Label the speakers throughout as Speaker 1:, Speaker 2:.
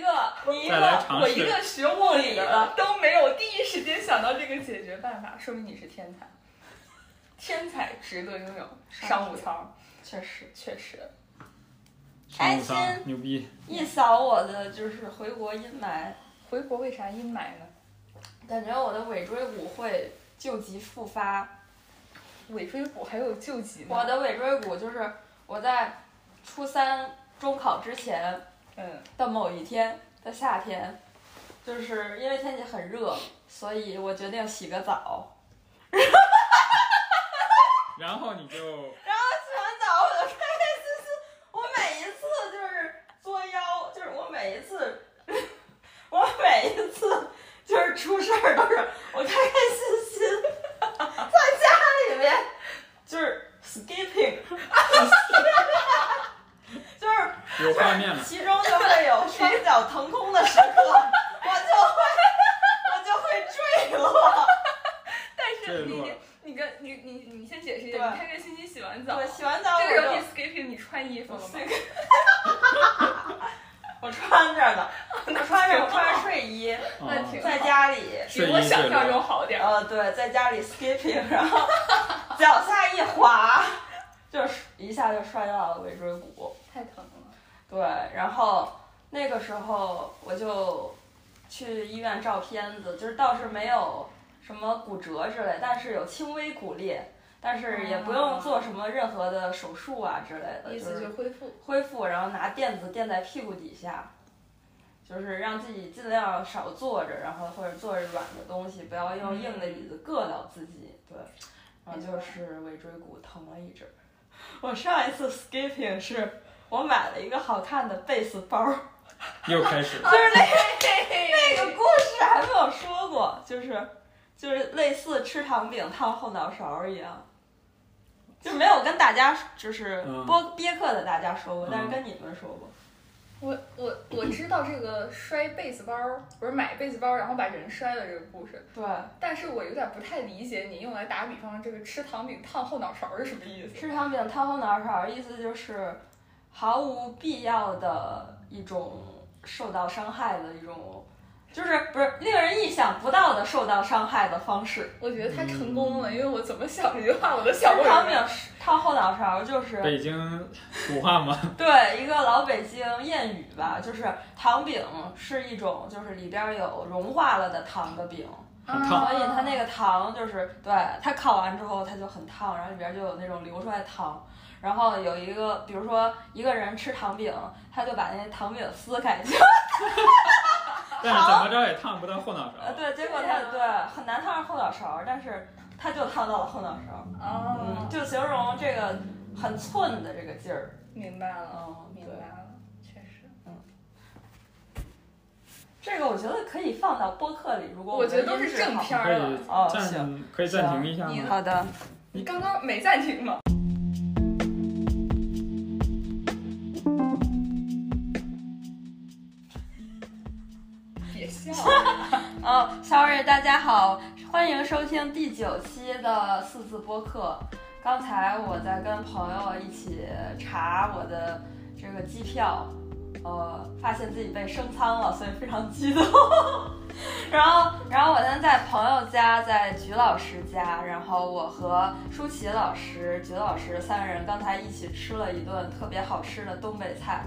Speaker 1: 了，你一
Speaker 2: 再来
Speaker 1: 个
Speaker 2: 尝试
Speaker 1: 我一个学物理的都没有第一时间想到这个解决办法，说明你是天才。天才值得拥有商务舱，
Speaker 3: 确实
Speaker 1: 确实，
Speaker 2: 商务
Speaker 3: 开
Speaker 2: 舱哎牛逼，
Speaker 3: 一扫我的就是回国阴霾，
Speaker 1: 回国为啥阴霾呢？
Speaker 3: 感觉我的尾椎骨会旧疾复发。
Speaker 1: 尾椎骨还有救急呢。
Speaker 3: 我的尾椎骨就是我在初三中考之前
Speaker 1: 嗯，
Speaker 3: 的某一天的夏天，就是因为天气很热，所以我决定洗个澡。
Speaker 2: 然后你就
Speaker 3: 洗完澡我就开开心心，我每一次就是作妖，就是我每一次，我每一次就是出事儿都是我开开心心在家里面就是 skipping，就是
Speaker 2: 有画面了，
Speaker 3: 其中就会有双脚腾空的时刻，我就会我就会坠落。
Speaker 1: 但
Speaker 2: 坠
Speaker 1: 是你
Speaker 2: 落
Speaker 1: 你跟你你你先解释一下，
Speaker 3: 对
Speaker 1: 你开开心心洗完澡
Speaker 3: 我，洗完澡我
Speaker 1: 这个时
Speaker 3: 就
Speaker 1: 候你 skipping 你穿衣服了吗？
Speaker 3: 我穿着呢，我穿着我穿着睡衣。
Speaker 1: 那
Speaker 2: 啊
Speaker 1: 挺
Speaker 3: 在家里，
Speaker 1: 比
Speaker 2: 睡衣
Speaker 1: 我想
Speaker 2: 坠
Speaker 1: 象
Speaker 2: 落
Speaker 1: 中好点儿。
Speaker 3: 呃，对，在家里 skipping，然后脚下一滑，就是一下就摔到了尾椎骨。
Speaker 1: 太疼 了，
Speaker 3: 对，然后那个时候我就去医院照片子，就是倒是没有什么骨折之类，但是有轻微骨裂，但是也不用做什么任何的手术啊之类的，
Speaker 1: 哦意
Speaker 3: 就
Speaker 1: 思
Speaker 3: 是
Speaker 1: 就恢 复。
Speaker 3: 恢复，然后拿垫子垫在屁股底下，就是让自己尽量少坐着，然后或者坐着软的东西，不要用硬的椅子硌到自己。对，然后就是尾椎骨疼了一阵儿。我上一次 skipping 是我买了一个好看的贝斯包儿，
Speaker 2: 又开 始了，
Speaker 3: 就是那
Speaker 1: 那
Speaker 3: 个故事还没有说过，就是就是类似吃糖饼烫后脑勺儿一样。就没有跟大家就是
Speaker 2: 嗯
Speaker 3: 播憋课的大家说过，但是
Speaker 2: 嗯
Speaker 3: 跟你们说过。
Speaker 1: 我我我知道这个摔被子包儿，不是买被子包儿，然后把人摔了这个故事，
Speaker 3: 对，
Speaker 1: 但是我有点不太理解你用来打比方，这个吃糖饼烫后脑勺是什么意思？
Speaker 3: 吃糖饼烫后脑勺，意思就是毫无必要的一种受到伤害的一种，就是不是令人意想不到的受到伤害的方式。
Speaker 1: 我觉得他成功了，因为我怎么想这句话我都
Speaker 3: 吃
Speaker 1: 想不明
Speaker 3: 糖饼
Speaker 1: 白。
Speaker 3: 烫后脑勺就是
Speaker 2: 北京古话嘛，
Speaker 3: 对一个老北京谚语吧，就是糖饼是一种就是里边有融化了的糖的饼，
Speaker 2: 很
Speaker 1: 啊
Speaker 2: 烫
Speaker 3: 所以它那个糖就是对它烤完之后它就很烫，然后里边就有那种流出来的糖。然后有一个，比如说一个人吃糖饼，他就把那糖饼撕开， 就
Speaker 2: 但是怎么着也烫不到后脑
Speaker 3: 呃
Speaker 1: 啊
Speaker 2: 勺，
Speaker 3: 对，结果他对很难烫上后脑勺，但是他就烫到了后脑勺，嗯，
Speaker 1: 哦，
Speaker 3: 就形容这个很寸的这个劲儿，
Speaker 1: 明白了，
Speaker 3: 嗯，对
Speaker 1: 明白了，确实。
Speaker 3: 嗯这个我觉得可以放到播客里，如果
Speaker 1: 我
Speaker 3: 们
Speaker 1: 觉得都
Speaker 3: 音
Speaker 1: 是
Speaker 3: 质
Speaker 1: 正
Speaker 3: 好
Speaker 1: 片
Speaker 2: 可
Speaker 1: 儿了
Speaker 2: 以，
Speaker 3: 哦
Speaker 2: 暂
Speaker 3: 行
Speaker 2: 可以暂停一下
Speaker 1: 你
Speaker 2: 吗？
Speaker 3: 好的，
Speaker 1: 你刚刚没暂停吗？ 别笑啊。
Speaker 3: 哦，sorry，大家好，欢迎收听第九期的四字播客。刚才我在跟朋友一起查我的这个机票，呃，发现自己被升舱了，所以非常激动。 然后，然后我现在在朋友家，在菊老师家，然后我和舒淇老师、菊老师三人刚才一起吃了一顿特别好吃的东北菜。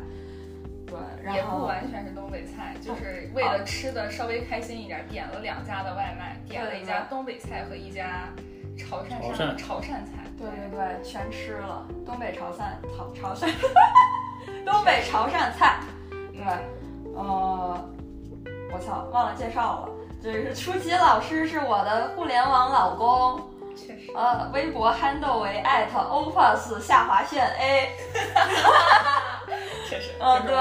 Speaker 3: 对，然后哦
Speaker 1: 也不完全是东北菜，就是为了吃的稍微开心一点，点了两家的外卖，点了一家东北菜和一家潮汕
Speaker 2: 潮
Speaker 1: 上
Speaker 2: 汕
Speaker 1: 潮汕菜。
Speaker 3: 对对对，全吃了东北潮汕潮潮汕， 东北潮汕菜。对，
Speaker 1: 嗯
Speaker 3: 呃，我操，忘了介绍了，就是舒淇老师是我的互联网老公，
Speaker 1: 确实。
Speaker 3: 呃，微博 handle 为 at opus 下划线 a。
Speaker 1: 确实
Speaker 3: 嗯，对，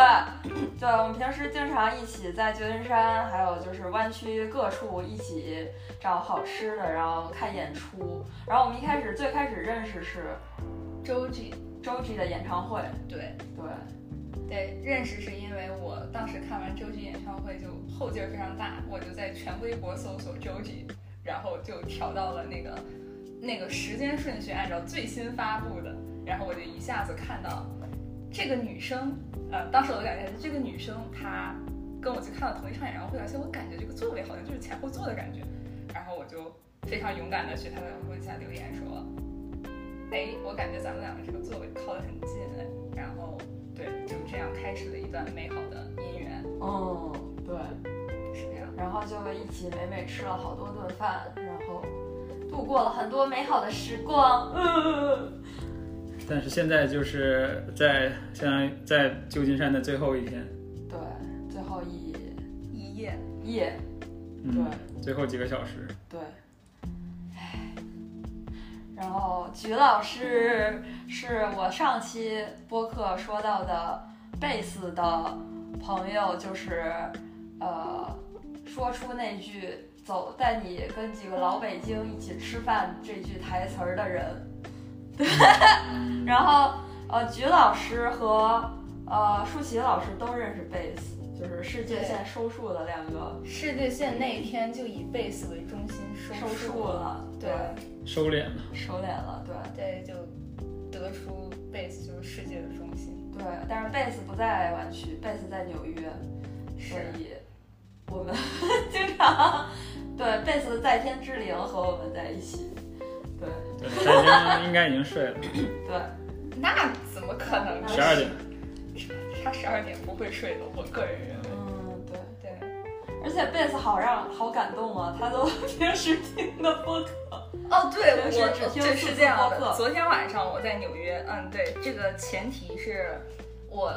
Speaker 3: 对，我们平时经常一起在旧金山，还有就是湾区各处一起找好吃的，然后看演出。然后我们一开始最开始认识是
Speaker 1: 周记
Speaker 3: 周 G 的演唱会，
Speaker 1: 对
Speaker 3: 对。
Speaker 1: 对认识是因为我当时看完周记演唱会就后劲儿非常大，我就在全微博搜索周记，然后就调到了那个那个时间顺序按照最新发布的，然后我就一下子看到这个女生，呃，当时我的感觉是这个女生她跟我去看了同一场演唱会，而且我感觉这个座位好像就是前后座的感觉，然后我就非常勇敢的去他的微博下留言说，哎，我感觉咱们两个这个座位靠得很近，然后对，就这样开始了一段美好的姻缘，
Speaker 3: 嗯，对，
Speaker 1: 是这样。
Speaker 3: 然后就一起美美吃了好多顿饭，然后度过了很多美好的时光。嗯，
Speaker 2: 但是现在就是在相当于在旧金山的最后一天，
Speaker 3: 对，最后一
Speaker 1: 一夜，
Speaker 3: 夜，对
Speaker 2: 嗯，最后几个小时，
Speaker 3: 对，唉，然后菊老师是我上期播客说到的贝斯的朋友，就是呃，说出那句“走，带你跟几个老北京一起吃饭”这句台词儿的人。 对，然后呃，菊老师和呃舒淇老师都认识贝斯，就是世界现在收束的两个
Speaker 1: 世界线那一天就以贝斯为中心收
Speaker 3: 收束
Speaker 1: 了，
Speaker 3: 了，
Speaker 1: 对
Speaker 2: 收敛了。
Speaker 3: 收敛了，对。
Speaker 1: 对，就得出贝斯就是世界的中心，
Speaker 3: 对，但是贝斯不在湾区，贝斯在纽约，所以我们 经常对贝斯在天之灵和我们在一起。对
Speaker 2: 对，北京应该已经睡 了，
Speaker 3: 对，
Speaker 1: 那怎么可能？
Speaker 2: 十二点。
Speaker 1: 他十二点不会睡的，我个人认为。
Speaker 3: 嗯对，
Speaker 1: 对，
Speaker 3: 而且贝斯好让好感动啊，他都 平时听的播客。
Speaker 1: 哦，对
Speaker 3: 平时只
Speaker 1: 我
Speaker 3: 听
Speaker 1: 这
Speaker 3: 四
Speaker 1: 是
Speaker 3: 次
Speaker 1: 这样
Speaker 3: 播客
Speaker 1: 的。昨天晚上我在纽约，嗯，对，这个前提是我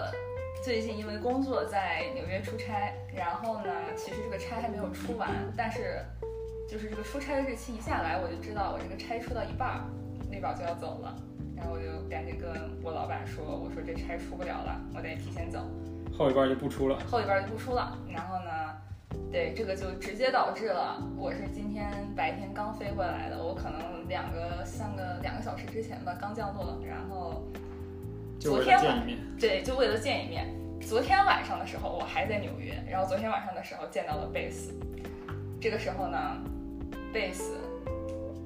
Speaker 1: 最近因为工作在纽约出差，然后呢，其实这个差还没有出完，但是就是这个出差的日期一下来，我就知道我这个差出到一半儿，那边儿就要走了。然后我就赶紧跟我老板说，我说这差出不了了，我得提前走。
Speaker 2: 后一半就不出了。
Speaker 1: 后一半就不出了。然后呢，对这个就直接导致了，我是今天白天刚飞回来的，我可能两个三个两个小时之前吧，刚降落。然后
Speaker 2: 就为了
Speaker 1: 昨天
Speaker 2: 见
Speaker 1: 晚
Speaker 2: 一面，
Speaker 1: 对，就为了见一面。昨天晚上的时候我还在纽约，然后昨天晚上的时候见到了贝斯。这个时候呢，贝斯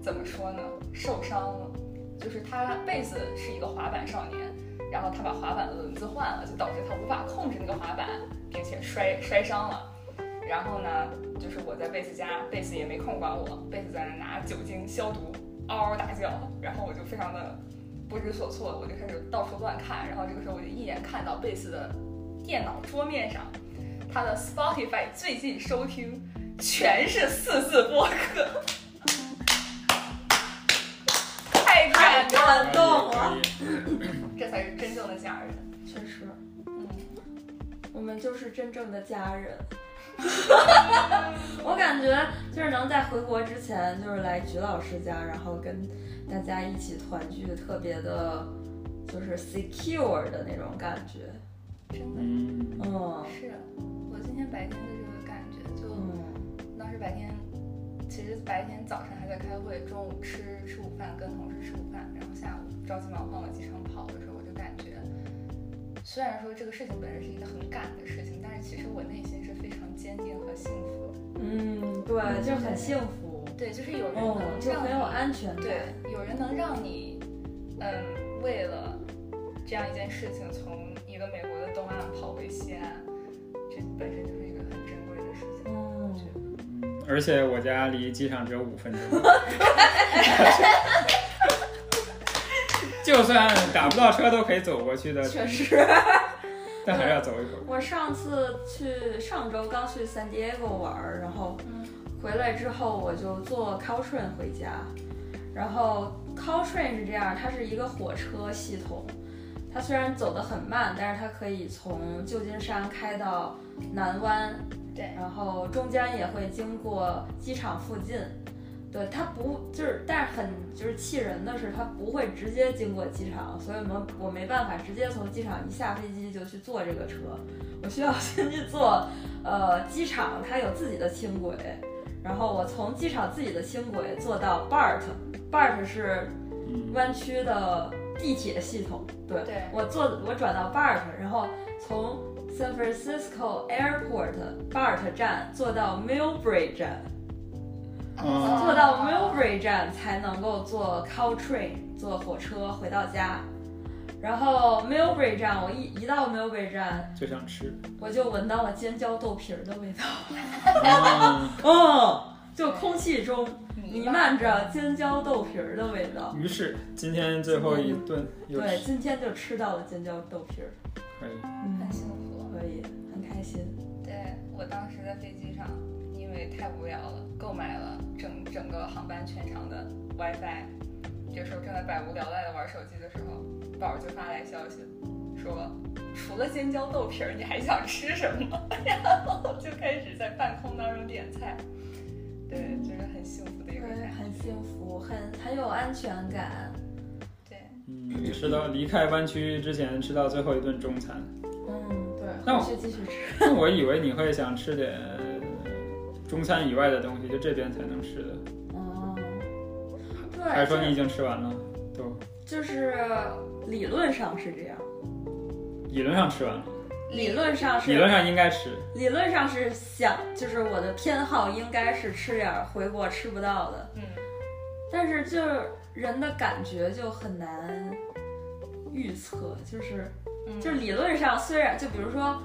Speaker 1: 怎么说呢？受伤了，就是他贝斯是一个滑板少年，然后他把滑板的轮子换了，就导致他无法控制那个滑板，并且摔摔伤了。然后呢，就是我在贝斯家，贝斯也没空管我，贝斯在那拿酒精消毒，嗷嗷大叫，然后我就非常的不知所措，我就开始到处乱看，然后这个时候我就一眼看到贝斯的电脑桌面上，他的 Spotify 最近收听全是四字播客， 太感动了，
Speaker 3: 感动
Speaker 1: 啊
Speaker 3: 了，
Speaker 2: 哎可以
Speaker 1: 这才是真正的家人。
Speaker 3: 确实，嗯，我们就是真正的家人。 我感觉就是能在回国之前，就是来菊老师家，然后跟大家一起团聚，特别的，就是 secure 的那种感觉。
Speaker 1: 真的
Speaker 2: 嗯，
Speaker 3: 嗯
Speaker 1: 是我今天白天的这个感觉，就
Speaker 3: 嗯
Speaker 1: 当时白天，其实白天早上还在开会，中午吃吃午饭跟同事吃午饭，然后下午着急忙慌往机场跑的时候，我就感觉，虽然说这个事情本身是一个很赶的事情，但是其实我内心是非常坚定和幸福的。
Speaker 3: 嗯，对，就是很幸福，
Speaker 1: 对，就是有人能
Speaker 3: 嗯
Speaker 1: 让，
Speaker 3: 就很有
Speaker 1: 你
Speaker 3: 安全感。
Speaker 1: 对，有人能让你，嗯，为了这样一件事情，从一个美国的东岸跑回西安，这本身就是一个很珍贵的事情。
Speaker 3: 嗯，
Speaker 2: 而且我家离机场只有五分钟， 就算打不到车都可以走过去的，
Speaker 3: 确实。
Speaker 2: 但还是要走一会儿。
Speaker 3: 我上次去上周刚去 San Diego 玩儿，然后
Speaker 1: 嗯
Speaker 3: 回来之后我就坐 Caltrain 回家，然后 Caltrain 是这样，它是一个火车系统，它虽然走得很慢，但是它可以从旧金山开到南湾，
Speaker 1: 对
Speaker 3: 然后中间也会经过机场附近。对它不就是，但是很就是气人的是，它不会直接经过机场，所以我们我没办法直接从机场一下飞机就去坐这个车，我需要 先去坐，呃，机场它有自己的轻轨，然后我从机场自己的轻轨坐到 BART，BART 是
Speaker 2: 嗯，
Speaker 3: 湾区的地铁系统，对，
Speaker 1: 对
Speaker 3: 我坐我转到 BART，然后从 San Francisco Airport BART 站坐到 Millbrae 站，
Speaker 2: 嗯
Speaker 3: 坐到 Millbrae 站才能够坐 Caltrain 坐火车回到家。然后 Millbury 站，我一一到 Millbury 站，
Speaker 2: 就想吃。
Speaker 3: 我就闻到了尖椒豆皮儿的味道，
Speaker 2: 啊，
Speaker 3: 嗯， 就空气中弥
Speaker 1: 弥
Speaker 3: 漫着尖椒豆皮儿的味道。
Speaker 2: 于是今天最后一顿又
Speaker 3: 对，
Speaker 2: 吃，
Speaker 3: 今天就吃到了尖椒豆皮儿，
Speaker 2: 可以。
Speaker 3: 嗯
Speaker 1: 很，幸福。
Speaker 3: 可以，很开心。
Speaker 1: 对我当时在飞机上，因为太无聊了，购买了整整个航班全场的 WiFi。这时候正在百无聊赖的玩手机的时候，宝儿就发来消息说，除了尖椒豆皮儿，你还想吃什么？ 然后就开始在半空当中点菜。对，这是很幸福的一
Speaker 3: 对，
Speaker 1: 个感觉。
Speaker 3: 很幸福，很很有安全感。
Speaker 1: 对，
Speaker 2: 嗯，吃到离开湾区之前吃到最后一顿中餐，
Speaker 3: 嗯，对，
Speaker 2: 那我
Speaker 3: 回去继续吃。
Speaker 2: 那我以为你会想吃点中餐以外的东西，就这边才能吃的，
Speaker 3: 哦，
Speaker 2: 还
Speaker 3: 对，
Speaker 2: 是说你
Speaker 3: 这
Speaker 2: 已经吃完了？都
Speaker 3: 就是理论上是这样，
Speaker 2: 理论上吃完了，
Speaker 3: 理论上是
Speaker 2: 理论上应该吃。
Speaker 3: 理论上是想，就是我的偏好应该是吃点儿回国吃不到的，
Speaker 1: 嗯，
Speaker 3: 但是就是人的感觉就很难预测，就是
Speaker 1: 嗯
Speaker 3: 就是理论上虽然就比如说，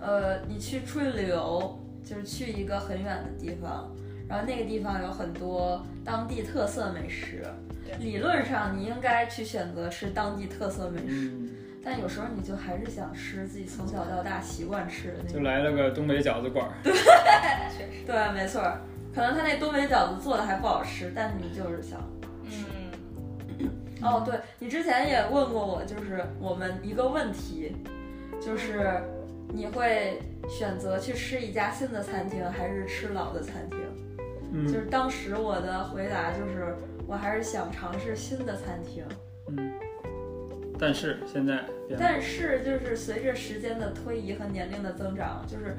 Speaker 3: 呃，你去出去旅游，就是去一个很远的地方，然后那个地方有很多当地特色美食
Speaker 1: 对，
Speaker 3: 理论上你应该去选择吃当地特色美食，
Speaker 2: 嗯，
Speaker 3: 但有时候你就还是想吃自己从小到大习惯吃的那种
Speaker 2: 就。来了个东北饺子馆儿，
Speaker 1: 确实，
Speaker 3: 对，没错儿，可能他那东北饺子做的还不好吃，但你就是想。
Speaker 1: 嗯，
Speaker 3: 哦，对你之前也问过我，就是我们一个问题，就是你会选择去吃一家新的餐厅，还是吃老的餐厅？就
Speaker 2: 嗯
Speaker 3: 是当时我的回答就是，我还是想尝试新的餐厅，
Speaker 2: 嗯，但是现在变了，
Speaker 3: 但是就是随着时间的推移和年龄的增长，就是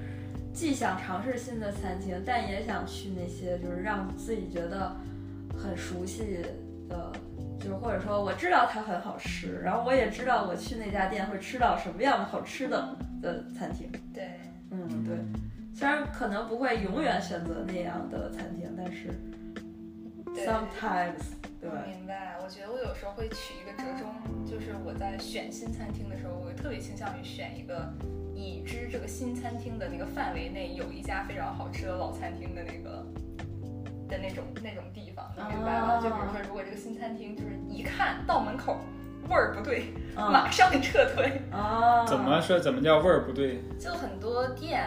Speaker 3: 既想尝试新的餐厅，但也想去那些就是让自己觉得很熟悉的，就是或者说我知道它很好吃，然后我也知道我去那家店会吃到什么样的好吃的的餐厅。
Speaker 1: 对，
Speaker 3: 嗯，对，虽然可能不会永远选择那样的餐厅，但是
Speaker 1: 对
Speaker 3: sometimes 对
Speaker 1: 我明白，我觉得我有时候会取一个折中，就是我在选新餐厅的时候，我会特别倾向于选一个已知这个新餐厅的那个范围内有一家非常好吃的老餐厅的那个的那种那种地方，你明白吗？
Speaker 3: 啊
Speaker 1: 就比如说，如果这个新餐厅就是一看到门口味儿不对，
Speaker 3: 啊
Speaker 1: 马上撤退。
Speaker 3: 啊，
Speaker 2: 怎么说怎么叫味儿不 对？
Speaker 1: 就很多店，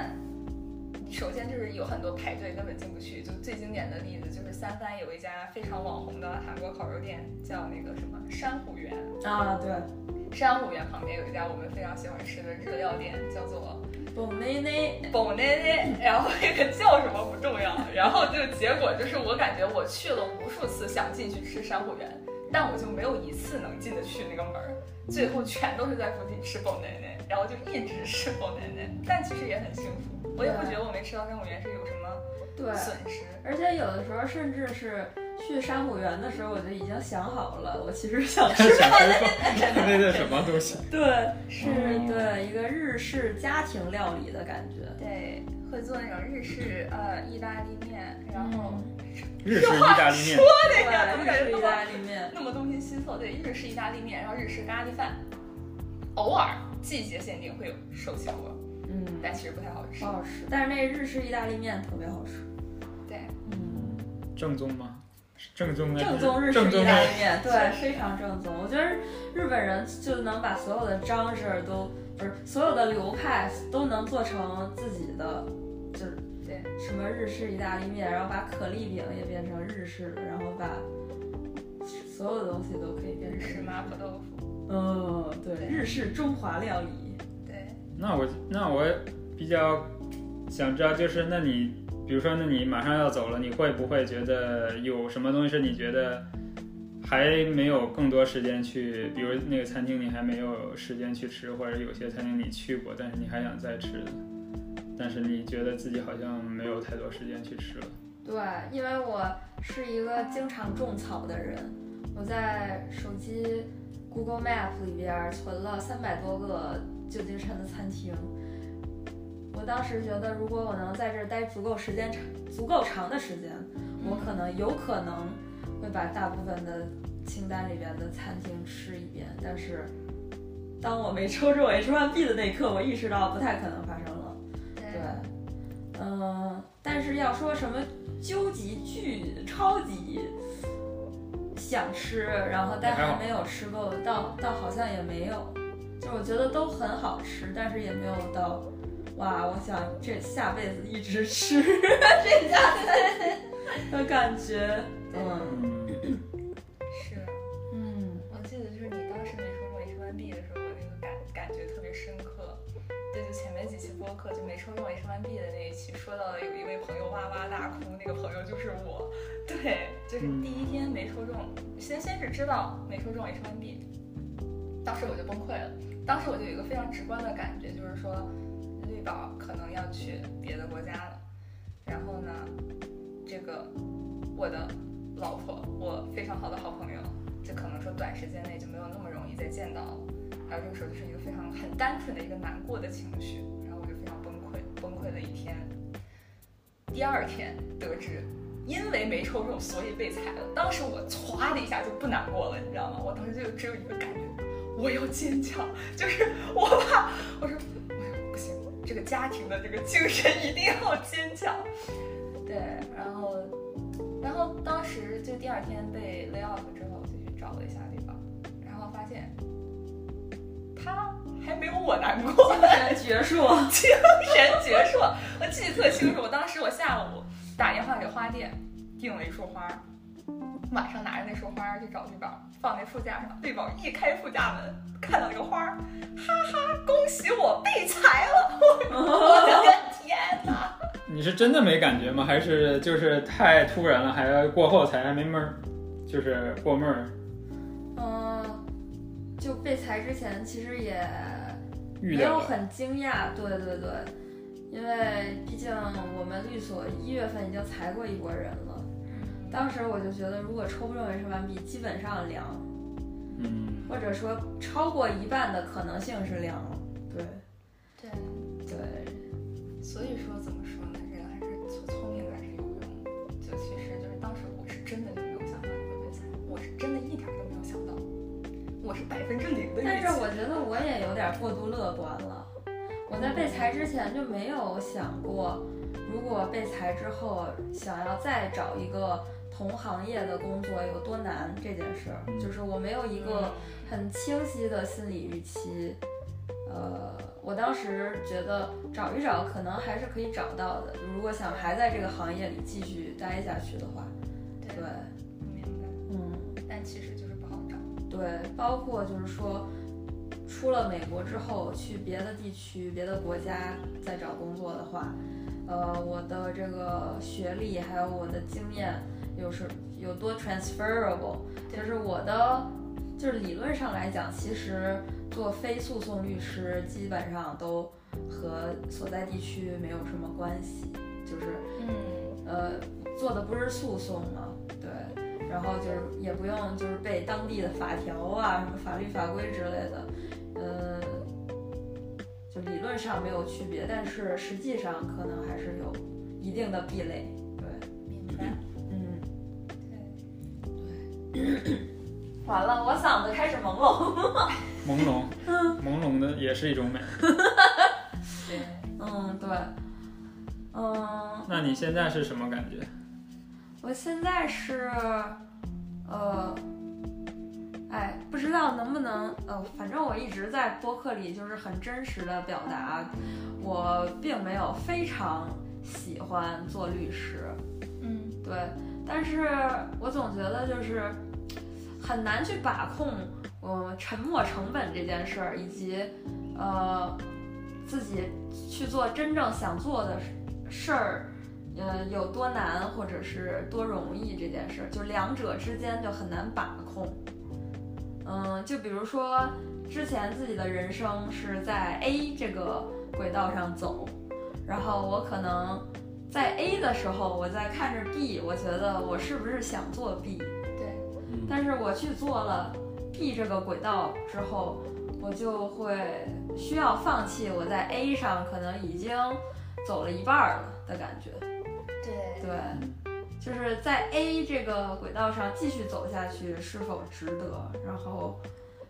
Speaker 1: 首先就是有很多排队根本进不去。就最经典的例子就是三藩有一家非常网红的韩国烤肉店，叫那个什么珊瑚园。
Speaker 3: 啊？对，
Speaker 1: 珊瑚园旁边有一家我们非常喜欢吃的日料店，叫做
Speaker 3: 不内内。
Speaker 1: bon n e 然后那个叫什么不重要，然后就结果就是我感觉我去了无数次想进去吃珊瑚园，但我就没有一次能进得去那个门儿，最后全都是在附近吃 bon n e 然后就一直吃 bon n e 但其实也很幸福，我也不觉得我没吃到珊瑚园是有什么
Speaker 3: 对，
Speaker 1: 损失。
Speaker 3: 而且有的时候甚至是去山谷园的时候，我就已经想好了，我其实想
Speaker 2: 想
Speaker 3: 吃。
Speaker 2: 吃饭， 那叫什么东西？
Speaker 3: 对，是
Speaker 2: 嗯
Speaker 3: 对一个日式家庭料理的感觉。
Speaker 1: 对，会做那种日式呃意大利面，然后
Speaker 2: 日式意大利面，
Speaker 3: 对，
Speaker 1: 呀怎么感
Speaker 3: 日
Speaker 1: 觉
Speaker 3: 式意大利面。
Speaker 1: 那么东拼西凑，对，日式意大利面，然后日式咖喱饭，偶尔季节限定会有手巧鹅，
Speaker 3: 嗯，
Speaker 1: 但其实不太好吃
Speaker 3: 不。好吃，但是那日式意大利面特别好吃。
Speaker 1: 对，
Speaker 3: 嗯，
Speaker 2: 正宗吗？是正宗的
Speaker 3: 正宗日式
Speaker 2: 正宗
Speaker 3: 意大
Speaker 2: 的
Speaker 3: 利面，
Speaker 1: 是
Speaker 3: 对，非常正宗。我觉得日本人就能把所有的章制儿都不是所有的流派都能做成自己的，就是
Speaker 1: 对
Speaker 3: 什么日式意大利面，然后把可丽饼也变成日式的，然后把所有的东西都可以变成
Speaker 1: 日
Speaker 3: 日
Speaker 1: 式麻婆豆腐，
Speaker 3: 嗯，对，日式中华料理。
Speaker 1: 对，
Speaker 2: 那我那我比较想知道，就是那你，比如说，那你马上要走了，你会不会觉得有什么东西是你觉得还没有更多时间去，比如那个餐厅你还没有时间去吃，或者有些餐厅你去过，但是你还想再吃的，但是你觉得自己好像没有太多时间去吃了。
Speaker 3: 对，因为我是一个经常种草的人，我在手机 Google Map 里边儿存了三百多个旧金山的餐厅。我当时觉得，如果我能在这儿待足够时间长、足够长的时间，我
Speaker 1: 嗯
Speaker 3: 可能有可能会把大部分的清单里边的餐厅吃一遍，但是当我没抽中 H 1 B 的那一刻，我意识到不太可能发生了。
Speaker 1: 对，
Speaker 3: 对，嗯、但是要说什么究极巨超级想吃，然后但
Speaker 2: 还好
Speaker 3: 还没有吃够，倒倒好像也没有，就我觉得都很好吃，但是也没有到，哇，我想这下辈子一直吃这家餐的感觉，嗯
Speaker 2: 嗯，
Speaker 1: 是。
Speaker 3: 嗯，
Speaker 1: 我记得就是你当时没抽中 H 1 B 的时候，我那个感感觉特别深刻。对，就前面几期播客就没抽中 H 1 B 的那一期，说到了有一位朋友哇哇大哭，那个朋友就是我。对，就是
Speaker 2: 嗯
Speaker 1: 第一天没抽中，先先是知道没抽中 H 1 B，当时我就崩溃了。当时我就有一个非常直观的感觉，就是说绿宝可能要去别的国家了。然后呢，这个我的老婆，我非常好的好朋友，就可能说短时间内就没有那么容易再见到了。还有这个时候就是一个非常很单纯的一个难过的情绪，然后我就非常崩溃，崩溃了一天。第二天得知，因为没抽中，所以被裁了。当时我歘的一下就不难过了，你知道吗？我当时就只有一个感觉，我要坚强，就是我怕，我说，我说不行，这个家庭的这个精神一定要坚强。对，然后然后当时就第二天被 lay off 之后，我就去找了一下地方，然后发现他还没有我难过，
Speaker 3: 绝术，
Speaker 1: 精 神矍铄。我记得特清楚，我当时我下午打电话给花店订了一束花，晚上拿着那束花去找绿宝，放在副架上。绿宝一开副架门，看到那个花儿，哈哈，恭喜我被裁了！ 我的个 天哪！
Speaker 2: 你是真的没感觉吗？还是就是太突然了，还要过后才还没闷儿，就是过闷儿
Speaker 3: 嗯，就被裁之前其实也
Speaker 2: 遇
Speaker 3: 没有
Speaker 2: 到的？
Speaker 3: 很惊讶，对对对，因为毕竟我们律所一月份已经裁过一波人了，当时我就觉得如果抽不中 H 1 B，基本上凉，
Speaker 2: 嗯，
Speaker 3: 或者说超过一半的可能性是凉了。对
Speaker 1: 对，
Speaker 3: 对，
Speaker 1: 所以说怎么说呢，人还是聪聪明还是有用的。就其实就是当时我是真的就没有想到你会被裁，我是真的一点儿都没有想到，我是百分之零的预期。
Speaker 3: 但是我觉得我也有点过度乐观了，我在被裁之前就没有想过，如果被裁之后想要再找一个同行业的工作有多难这件事儿，就是我没有一个。
Speaker 1: 嗯
Speaker 3: 很清晰的心理预期。呃，我当时觉得找一找，可能还是可以找到的。如果想还在这个行业里继续待下去的话，
Speaker 1: 对
Speaker 3: 对，
Speaker 1: 明白，
Speaker 3: 嗯，
Speaker 1: 但其实就是不好找。
Speaker 3: 对，包括就是说，出了美国之后去别的地区、别的国家再找工作的话，呃，我的这个学历还有我的经验有是有多 transferable，
Speaker 1: 对
Speaker 3: 就是我的，就是理论上来讲，其实做非诉讼律师基本上都和所在地区没有什么关系，就是
Speaker 1: 嗯，
Speaker 3: 呃做的不是诉讼嘛，对，然后就是也不用就是背当地的法条啊、什么法律法规之类的，呃，就理论上没有区别，但是实际上可能还是有一定的壁垒，对，
Speaker 1: 明白。
Speaker 3: 嗯，
Speaker 1: 对，
Speaker 3: 完了，我嗓子开始朦胧，
Speaker 2: 朦胧，朦胧的也是一种美。
Speaker 1: 对，
Speaker 3: 嗯，对，嗯，
Speaker 2: 那你现在是什么感觉？
Speaker 3: 我现在是，呃，哎，不知道能不能，呃，反正我一直在播客里就是很真实的表达，我并没有非常喜欢做律师，
Speaker 1: 嗯，
Speaker 3: 对，但是我总觉得就是很难去把控，呃，沉没成本这件事儿，以及呃自己去做真正想做的事事儿，呃，有多难或者是多容易这件事儿，就两者之间就很难把控。嗯、就比如说之前自己的人生是在 A 这个轨道上走，然后我可能。在 A 的时候，我在看着 B，我觉得我是不是想做 B？
Speaker 1: 对，
Speaker 2: 嗯
Speaker 3: 但是我去做了 B 这个轨道之后，我就会需要放弃我在 A 上可能已经走了一半儿了的感觉。
Speaker 1: 对，
Speaker 3: 对，就是在 A 这个轨道上继续走下去是否值得，然后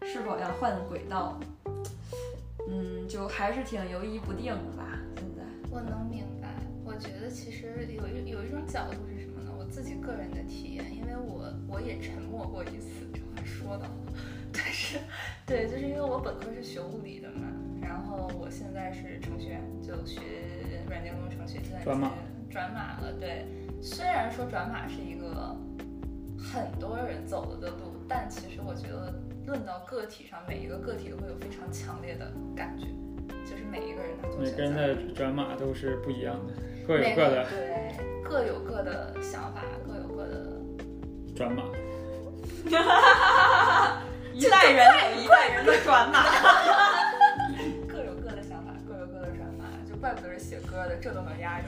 Speaker 3: 是否要换轨道，嗯，就还是挺犹疑不定的吧。现在，
Speaker 1: 我能明白。我觉得其实有一有一种角度是什么呢？我自己个人的体验，因为我我也沉默过一次，这话说的， 但是对，就是因为我本科是学物理的嘛，然后我现在是程序员，就学软件工程、学计算机，
Speaker 2: 转码
Speaker 1: 转码了。对，虽然说转码是一个很多人走了的路，但其实我觉得论到个体上，每一个个体都会有非常强烈的感觉，就是每一个人他做
Speaker 2: 每个
Speaker 1: 选择。
Speaker 2: 人的转码都是不一样的，各有
Speaker 1: 每
Speaker 2: 各
Speaker 1: 个
Speaker 2: 的
Speaker 1: 对，各有各的想法，各有各的。
Speaker 2: 转码。
Speaker 3: 一代人有一代人的转 码。
Speaker 1: 各有各的想法，各有各的转发，就怪不得是写歌的，这都能押韵。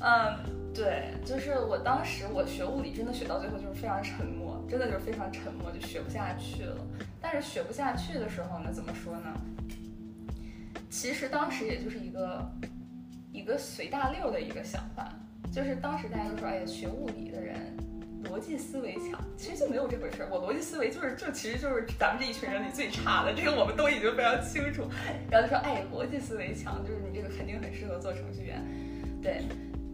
Speaker 1: 嗯，对，就是我当时我学物理，真的学到最后就是非常沉默，真的就是非常沉默，就学不下去了。但是学不下去的时候呢，怎么说呢？其实当时也就是一个一个随大溜的一个想法，就是当时大家都说，哎呀，学物理的人逻辑思维强，其实就没有这回事儿。我逻辑思维就是就其实就是咱们这一群人里最差的，这个我们都已经非常清楚。然后就说，哎，逻辑思维强，就是你这个肯定很适合做程序员，对。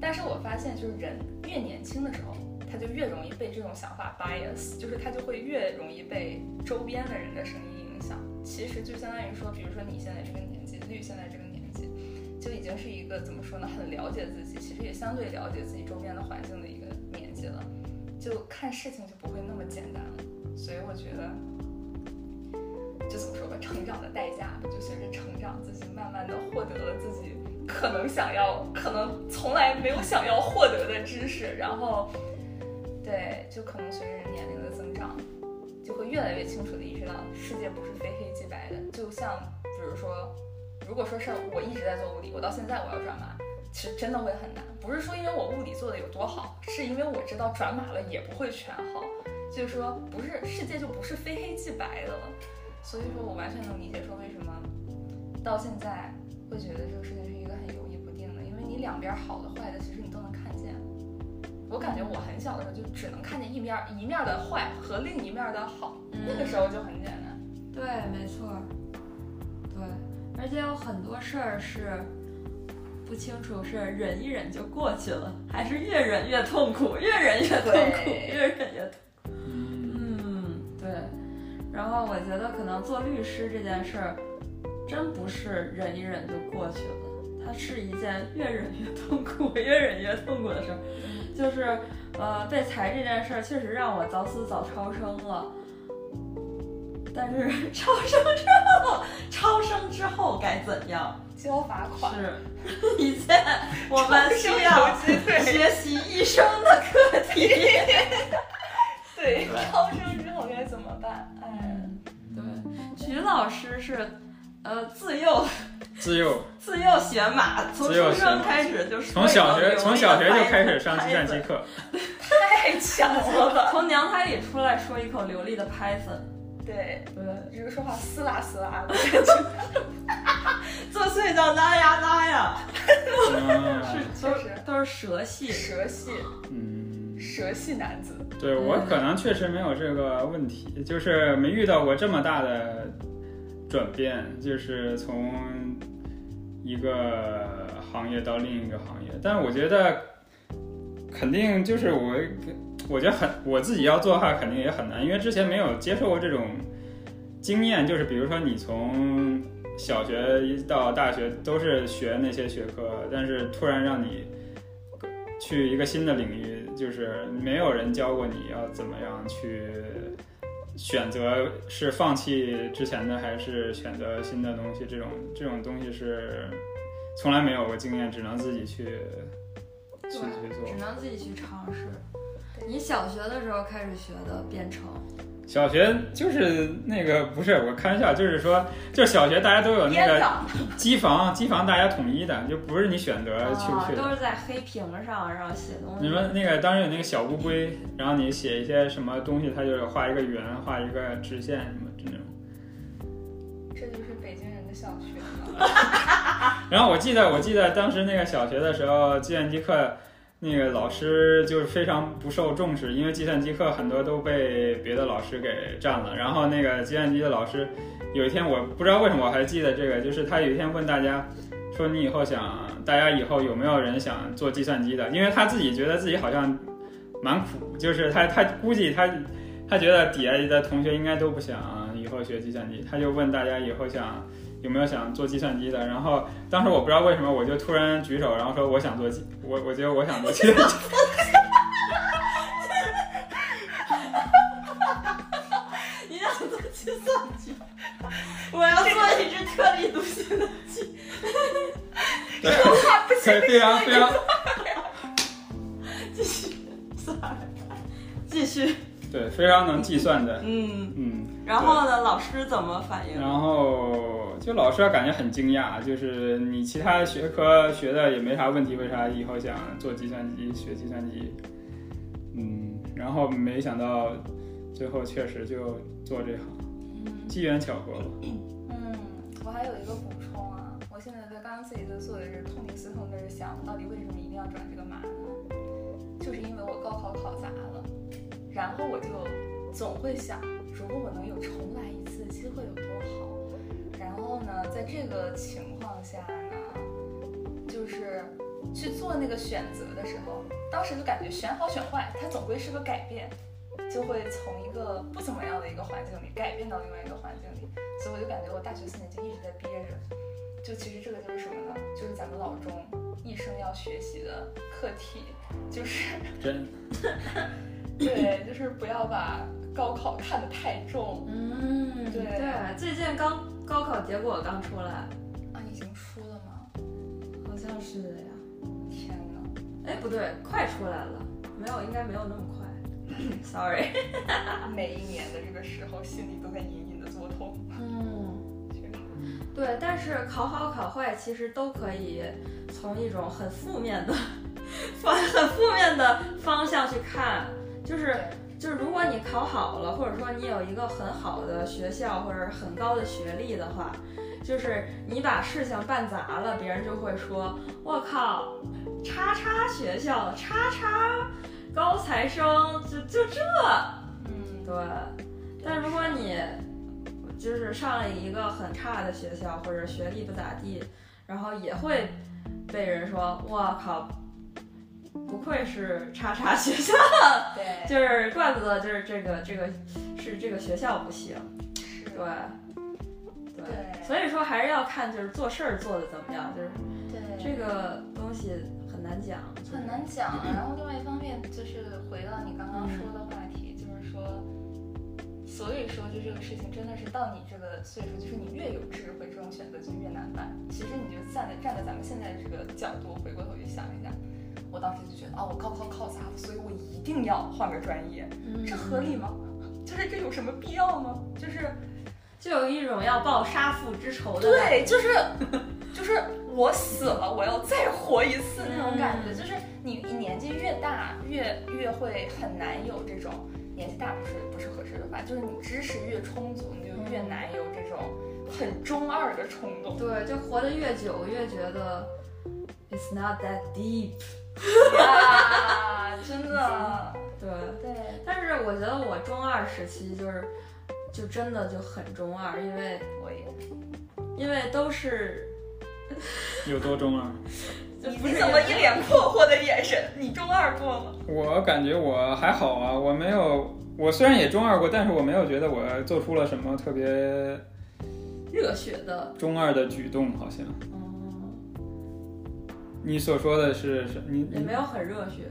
Speaker 1: 但是我发现，就是人越年轻的时候，他就越容易被这种想法 bias，就是他就会越容易被周边的人的声音影响。其实就相当于说，比如说你现在这个年纪，绿现在这个年纪，就已经是一个怎么说呢，很了解自己，其实也相对了解自己周边的环境的一个年纪了，就看事情就不会那么简单了。所以我觉得，就怎么说吧，成长的代价，就随着成长，自己慢慢的获得了自己可能想要、可能从来没有想要获得的知识，然后，对，就可能随着年龄的增长，就会越来越清楚的意识到，世界不是非黑即白的。就像比如说，如果说是我一直在做物理，我到现在我要转码，其实真的会很难。不是说因为我物理做的有多好，是因为我知道转码了也不会全好。就是说，不是世界就不是非黑即白的了。所以说我完全能理解说为什么到现在会觉得这个事情是一个很犹豫不定的，因为你两边好的坏的其实你都能看见。我感觉我很小的时候就只能看见一面一面的坏和另一面的好，那
Speaker 3: 嗯
Speaker 1: 个时候就很简单。
Speaker 3: 对，没错，对，而且有很多事儿是不清楚，是忍一忍就过去了，还是越忍越痛苦，越忍越痛苦，
Speaker 1: 对
Speaker 3: 越忍越痛苦。
Speaker 2: 嗯，
Speaker 3: 嗯，对。然后我觉得可能做律师这件事儿，真不是忍一忍就过去了，它是一件越忍越痛苦、 越忍越痛苦的事儿。就是呃，被裁这件事儿确实让我早死早超生了。呃但是超生之后，超生之后该怎样？
Speaker 1: 交罚款，
Speaker 3: 是一件我们需要
Speaker 1: 超生游击队
Speaker 3: 学习一生的课题。
Speaker 1: 对，超生之后该怎么办？哎，
Speaker 3: 嗯，对，徐老师是，呃，自幼
Speaker 2: 自幼
Speaker 3: 自幼学马，从
Speaker 2: 自幼
Speaker 3: 出
Speaker 2: 学马
Speaker 3: 生开始就是
Speaker 2: 从小学从小学就开始上计
Speaker 3: 计
Speaker 2: 算机，课，
Speaker 1: 太强了。
Speaker 3: 从娘胎里出来说一口流利的 Python，
Speaker 1: 对，
Speaker 3: 对，
Speaker 1: 这个说话撕拉撕拉的，
Speaker 3: 做隧道拉呀拉呀，
Speaker 2: 嗯
Speaker 3: 是
Speaker 1: 确
Speaker 3: 都
Speaker 1: 实
Speaker 3: 是都是蛇系，
Speaker 1: 蛇系
Speaker 2: 嗯。
Speaker 1: 蛇系男子，
Speaker 2: 对我可能确实没有这个问题，就是没遇到过这么大的转变，就是从一个行业到另一个行业。但我觉得肯定就是我，我觉得很我自己要做的话，肯定也很难，因为之前没有接受过这种经验。就是比如说你从小学一到大学都是学那些学科，但是突然让你去一个新的领域，就是没有人教过你要怎么样去选择，是放弃之前的还是选择新的东西？这种这种东西是从来没有过经验，只能自己去去去
Speaker 3: 只
Speaker 2: 做。
Speaker 3: 能自己去尝试。
Speaker 1: 对
Speaker 3: 你小学的时候开始学的编程，
Speaker 2: 小学就是那个不是我开玩笑，就是说，就是小学大家都有哦那
Speaker 1: 编
Speaker 2: 个
Speaker 1: 导
Speaker 2: 机房，机房大家统一的，就不是你选择呃去不
Speaker 3: 啊
Speaker 2: 去，的
Speaker 3: 都。是在黑屏上然后写东西。
Speaker 2: 你们那个当时有那个小乌龟，然后你写一些什么东西，它就是画一个圆，画一个直线什么这种。
Speaker 1: 这就是北京人的小学嘛。
Speaker 2: 然后我记得，我记得当时那个小学的时候，计算机课那个老师就是非常不受重视，因为计算机课很多都被别的老师给占了。然后那个计算机的老师，有一天我不知道为什么我还记得这个，就是他有一天问大家说：“你以后想，大家以后有没有人想做计算机的？”因为他自己觉得自己好像蛮苦，就是他他估计他他觉得底下的同学应该都不想以后学计算机，他就问大家以后想有没有想做计算机的。然后当时我不知道为什么我就突然举手，然后说我想做计，我我觉得我想做计算机。
Speaker 3: 你想做计算机？我要做一只特立独行的鸡。
Speaker 2: 对，对，非常非常
Speaker 3: 继续，sorry，继续。
Speaker 2: 对，非常能计算的，
Speaker 3: 嗯，
Speaker 2: 嗯。
Speaker 3: 然后呢？老师怎么反应？
Speaker 2: 然后就老师感觉很惊讶，就是你其他学科学的也没啥问题，为啥以后想做计算机学计算机？嗯，然后没想到最后确实就做这行，
Speaker 3: 嗯
Speaker 2: 机缘巧合吧。
Speaker 1: 嗯，我还有一个补充啊，我现在对刚刚自己在做的是痛定思痛，就是想我到底为什么一定要转这个码呢？就是因为我高考考砸了，然后我就总会想，如果我能有重来一次的机会有多好。然后呢，在这个情况下呢，就是去做那个选择的时候，当时就感觉选好选坏，它总归是个改变，就会从一个不怎么样的一个环境里改变到另外一个环境里。所以我就感觉我大学四年就一直在憋着。就其实这个就是什么呢？就是咱们老中一生要学习的课题，就是
Speaker 2: 真
Speaker 1: 对，就是不要把高考看得太重
Speaker 3: 嗯，
Speaker 1: 对
Speaker 3: 对，最近刚高考结果刚出来，
Speaker 1: 啊！已经出了吗？
Speaker 3: 好像是的呀。
Speaker 1: 天哪！
Speaker 3: 哎，不对，快出来了，没有，应该没有那么快。Sorry。
Speaker 1: 每一年的这个时候，心里都在隐隐的作痛。
Speaker 3: 嗯，
Speaker 1: 确 实
Speaker 3: 对，但是考好考坏其实都可以从一种很负面的 方很负面的方向去看，就是就是如果你考好了，或者说你有一个很好的学校或者很高的学历的话，就是你把事情办砸了，别人就会说：“我靠，叉叉学校，叉叉高材生，就就这。”
Speaker 1: 嗯，
Speaker 3: 对，但如果你就是上了一个很差的学校，或者学历不咋地，然后也会被人说：“我靠，不愧是叉叉学校。”
Speaker 1: 对，
Speaker 3: 就是怪不得就是这个这个是这个学校不行，
Speaker 1: 是
Speaker 3: 对，对，
Speaker 1: 对
Speaker 3: 所以说还是要看就是做事儿做的怎么样，就是
Speaker 1: 对
Speaker 3: 这个东西很难讲，就是
Speaker 1: 很难讲。啊然后另外一方面就是回到你刚刚说的话题，就是说，所以说就这个事情真的是到你这个岁数，就是你越有智慧，这种选择就越难办。其实你就站在站在咱们现在这个角度回过头去想一下，我当时就觉得啊，我高考考砸了，所以我一定要换个专业，
Speaker 3: 嗯
Speaker 1: 这合理吗？就是这有什么必要吗？就是
Speaker 3: 就有一种要报杀父之仇的感觉，
Speaker 1: 对，就是就是我死了，我要再活一次那种感觉。
Speaker 3: 嗯
Speaker 1: 就是你你年纪越大，越越会很难有这种年纪大不是不是合适的吧？就是你知识越充足，你就越难有这种很中二的冲 动。
Speaker 3: 对，就活得越久越觉得 it's not that deep，
Speaker 1: 啊，真的，
Speaker 3: 对，
Speaker 1: 对，
Speaker 3: 但是我觉得我中二时期就是就真的就很中二，因为
Speaker 1: 我也。
Speaker 3: 因为都是
Speaker 2: 有多中啊？
Speaker 3: 就不
Speaker 1: 你
Speaker 3: 是
Speaker 1: 怎么一脸困惑的眼神？你中二过吗？
Speaker 2: 我感觉我还好啊，我没有，我虽然也中二过，但是我没有觉得我做出了什么特别
Speaker 3: 热血的，
Speaker 2: 中二的举动，好像。
Speaker 3: 嗯，
Speaker 2: 你所说的是是，你
Speaker 3: 也
Speaker 2: 你
Speaker 3: 没有很热血。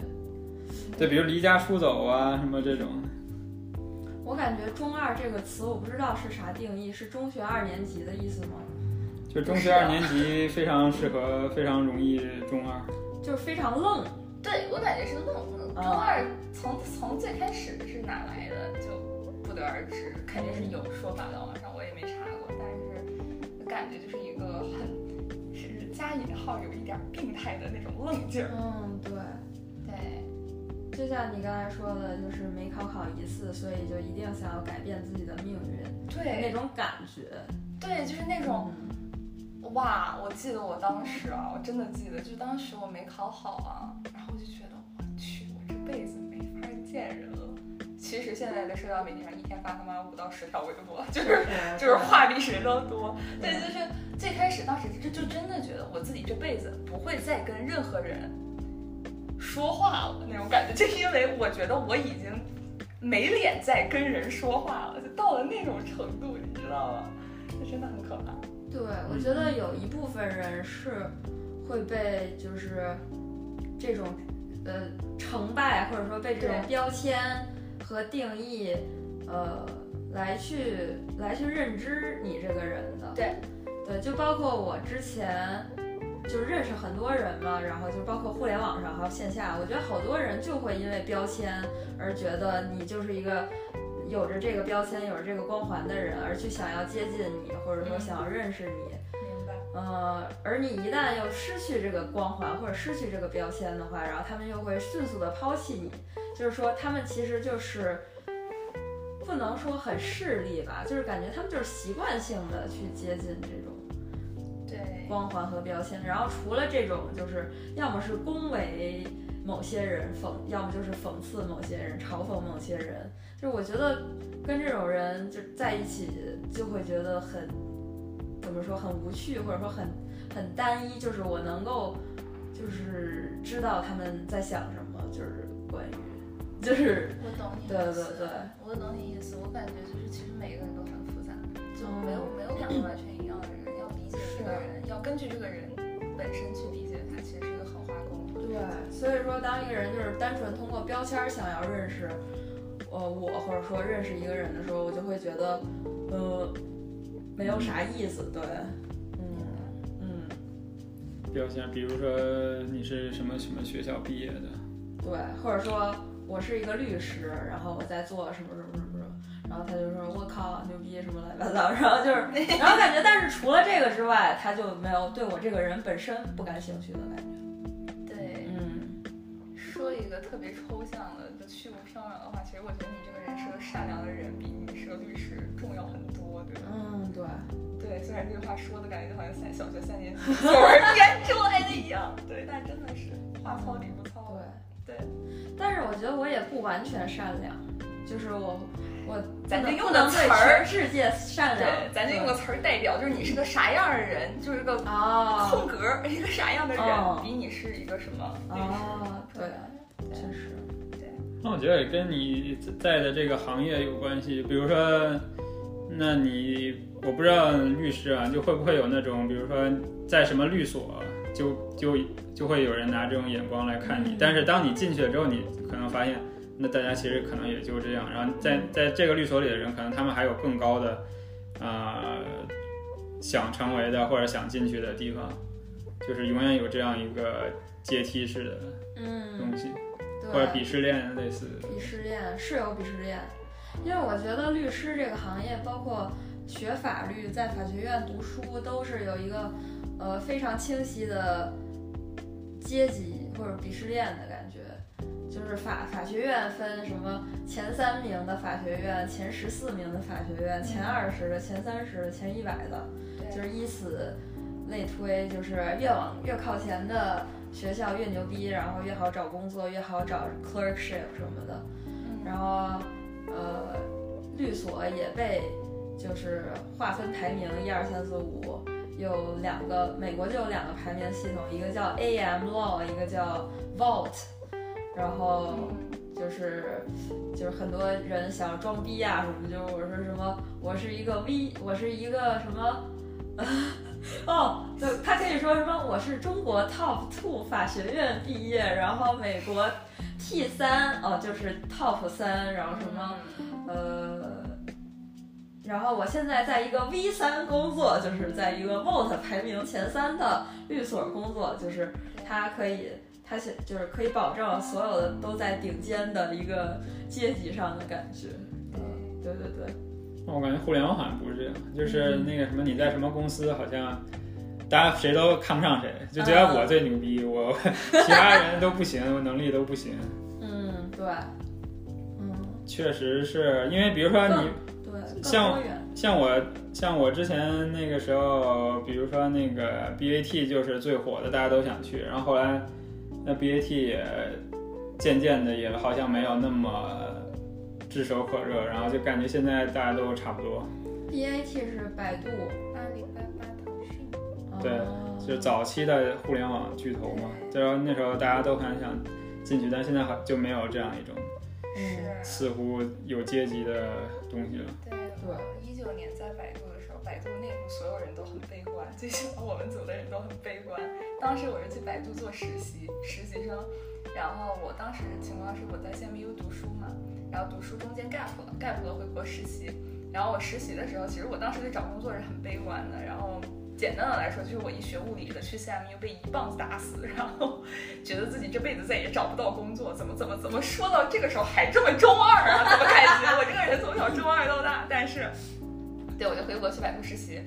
Speaker 2: 对，比如离家出走啊，什么这种。
Speaker 3: 我感觉“中二”这个词，我不知道是啥定义，是中学二年级的意思吗？
Speaker 2: 就中学二年级非常适合，非常容易中二。
Speaker 3: 就是非常愣，
Speaker 1: 对我感觉是那种
Speaker 3: 啊
Speaker 1: 中二从从最开始是哪来的就不得而知，肯定是有说法的，网上我也没查过，但是感觉就是一个很是加引号有一点病态的那种愣劲儿。
Speaker 3: 嗯，对，
Speaker 1: 对，
Speaker 3: 就像你刚才说的，就是没考好一次，所以就一定想要改变自己的命运
Speaker 1: 对
Speaker 3: 哎那种感觉。
Speaker 1: 对，就是那种
Speaker 3: 嗯
Speaker 1: 哇，我记得我当时啊，我真的记得，就当时我没考好啊，然后我就觉得我去，我这辈子没法见人了。其实现在的社交媒体上，一天发他妈五到十条微博，就是
Speaker 3: 嗯
Speaker 1: 就是话比谁都多。对，就是最开始当时就就真的觉得我自己这辈子不会再跟任何人说话了那种感觉，就是因为我觉得我已经没脸再跟人说话了，就到了那种程度，你知道吗？这真的很可怕。
Speaker 3: 对，我觉
Speaker 1: 嗯
Speaker 3: 得有一部分人是会被就是这种呃成败，或者说被这种
Speaker 1: 对
Speaker 3: 标签和定义，呃，来去来去认知你这个人的。
Speaker 1: 对，
Speaker 3: 对，就包括我之前就认识很多人嘛，然后就包括互联网上还有线下，我觉得好多人就会因为标签而觉得你就是一个有着这个标签、有着这个光环的人，而去想要接近你，或者说
Speaker 1: 嗯
Speaker 3: 想要认识你。
Speaker 1: 明白。
Speaker 3: 呃，而你一旦又失去这个光环或者失去这个标签的话，然后他们又会迅速的抛弃你，就是说他们其实就是不能说很势利吧，就是感觉他们就是习惯性的去接近这种
Speaker 1: 对，
Speaker 3: 光环和标签，然后除了这种，就是要么是恭维某些人讽，要么就是讽刺某些人、嘲讽某些人。就是我觉得跟这种人就在一起，就会觉得很怎么说，很无趣，或者说很很单一。就是我能够就是知道他们在想什么，就是关于就是
Speaker 4: 我懂你
Speaker 3: 对
Speaker 4: 的
Speaker 3: 对
Speaker 4: 意思，
Speaker 3: 对
Speaker 4: 我懂你意思。我感觉就是，其实每个人都很复杂，就没
Speaker 3: 嗯
Speaker 4: 有、没有两个完全一样的人，要理解这个
Speaker 1: 啊
Speaker 4: 人，要根据这个人本身去理解他，其实是一个很花功夫。
Speaker 3: 对，所以说，当一个人就是单纯通过标签儿想要认识，呃，我或者说认识一个人的时候，我就会觉得，呃，没有啥意思。对，嗯嗯，
Speaker 2: 标签，比如说你是什么什么学校毕业的，
Speaker 3: 对，或者说我是一个律师，然后我在做什么什么什么什么，然后他就说我靠牛逼什么乱七八糟，然后就是，然后感觉，但是除了这个之外，他就没有对我这个人本身不感兴趣的感觉。
Speaker 1: 对，
Speaker 3: 嗯，
Speaker 1: 说一个特别抽象的，就虚无缥缈的话，其实我觉得你这个人是个善良的人，比你是个律师重要很多，对吧？
Speaker 3: 嗯，对。
Speaker 1: 对，虽然这句话说的感觉就好像三小学三年级 作文编出来的一样，对，但真的是话糙理不糙。
Speaker 3: 哦对
Speaker 1: 对，
Speaker 3: 但是我觉得我也不完全善良，就是我我
Speaker 1: 咱
Speaker 3: 不
Speaker 1: 就
Speaker 3: 能
Speaker 1: 用
Speaker 3: 不
Speaker 1: 个
Speaker 3: 能对
Speaker 1: 词儿
Speaker 3: 全世界善良
Speaker 1: 对，，咱就用个词儿代表，就是你是个啥样的人，就是个
Speaker 3: 啊
Speaker 1: 空格儿，一个啥样的人，
Speaker 3: 哦
Speaker 1: 比你是一个什么律师
Speaker 3: 啊，
Speaker 1: 重
Speaker 3: 对
Speaker 1: 要，
Speaker 3: 确实，
Speaker 2: 那我觉得也跟你在的这个行业有关系。比如说，那你我不知道律师啊，就会不会有那种，比如说在什么律所，就就就会有人拿这种眼光来看你。
Speaker 3: 嗯
Speaker 2: 但是当你进去了之后，你可能发现，那大家其实可能也就这样。然后在
Speaker 3: 嗯
Speaker 2: 在这个律所里的人，可能他们还有更高的，啊、想成为的或者想进去的地方，就是永远有这样一个阶梯式的
Speaker 3: 嗯，
Speaker 2: 东西，或者
Speaker 3: 对，
Speaker 2: 鄙视链类似的。
Speaker 3: 鄙视链是有鄙视链，因为我觉得律师这个行业，包括学法律，在法学院读书，都是有一个呃非常清晰的阶级或者鄙视链的感觉。就是法法学院分什么前三名的法学院、前十四名的法学院、前二十的、前三十的、前一百的，
Speaker 1: 对
Speaker 3: 就是以此类推，就是越往越靠前的学校越牛逼，然后越好找工作，越好找 clerkship 什么的。
Speaker 1: 嗯
Speaker 3: 然后，呃，律所也被就是划分排名一二三四五，有两个美国就有两个排名系统，一个叫 AM Law，一个叫 Vault。然后
Speaker 1: 嗯
Speaker 3: 就是就是很多人想要装逼啊什么，就是我说什么我是一个 V，我是一个什么。 哦，对，他可以说什么？我是中国 top two 法学院毕业，然后美国 T 三哦，就是 top 三，然后什么
Speaker 1: 嗯
Speaker 3: 呃，然后我现在在一个 V 三工作，就是在一个 Volt 排名前三的律所工作，就是它可以，它写就是可以保证所有的都在顶尖的一个阶级上的感觉。嗯，对对对，
Speaker 2: 我感觉互联网好像不是这样，就是
Speaker 3: 嗯
Speaker 2: 那个什么，你在什么公司好像大家谁都看不上谁，就觉
Speaker 3: 啊
Speaker 2: 得我最牛逼，我 其他人都不行，我能力都不行。
Speaker 3: 嗯对，嗯
Speaker 2: 确实是因为，比如说你
Speaker 3: 对，对，更
Speaker 2: 像
Speaker 3: 多元。
Speaker 2: 像我像我之前那个时候，比如说那个 BAT 就是最火的，大家都想去，然后后来那 BAT 也渐渐的也好像没有那么炙手可热，然后就感觉现在大家都差不多。
Speaker 3: BAT 是百度，
Speaker 1: 阿里巴巴、腾讯，
Speaker 2: 对
Speaker 3: 哦
Speaker 2: 就是早期的互联网巨头嘛，就是那时候大家都很想进去，但现在好就没有这样一种
Speaker 3: 嗯
Speaker 1: 是，
Speaker 2: 似乎有阶级的东西了。
Speaker 1: 对。
Speaker 3: 对
Speaker 1: 一九年在百度的时候，百度内部所有人都很悲观，最起码我们组的人都很悲观。当时我是去百度做实习，实习生，然后我当时情况是我在 CMU 读书嘛，然后读书中间 gap 了，gap 了回国实习。然后我实习的时候，其实我当时对找工作是很悲观的。然后简单的来说，就是我一学物理的去 CMU 被一棒子打死，然后觉得自己这辈子再也找不到工作，怎么怎么怎么说到这个时候还这么中二啊？怎么感觉我这个人从小中二到大？但是，对我就回国去百度实习。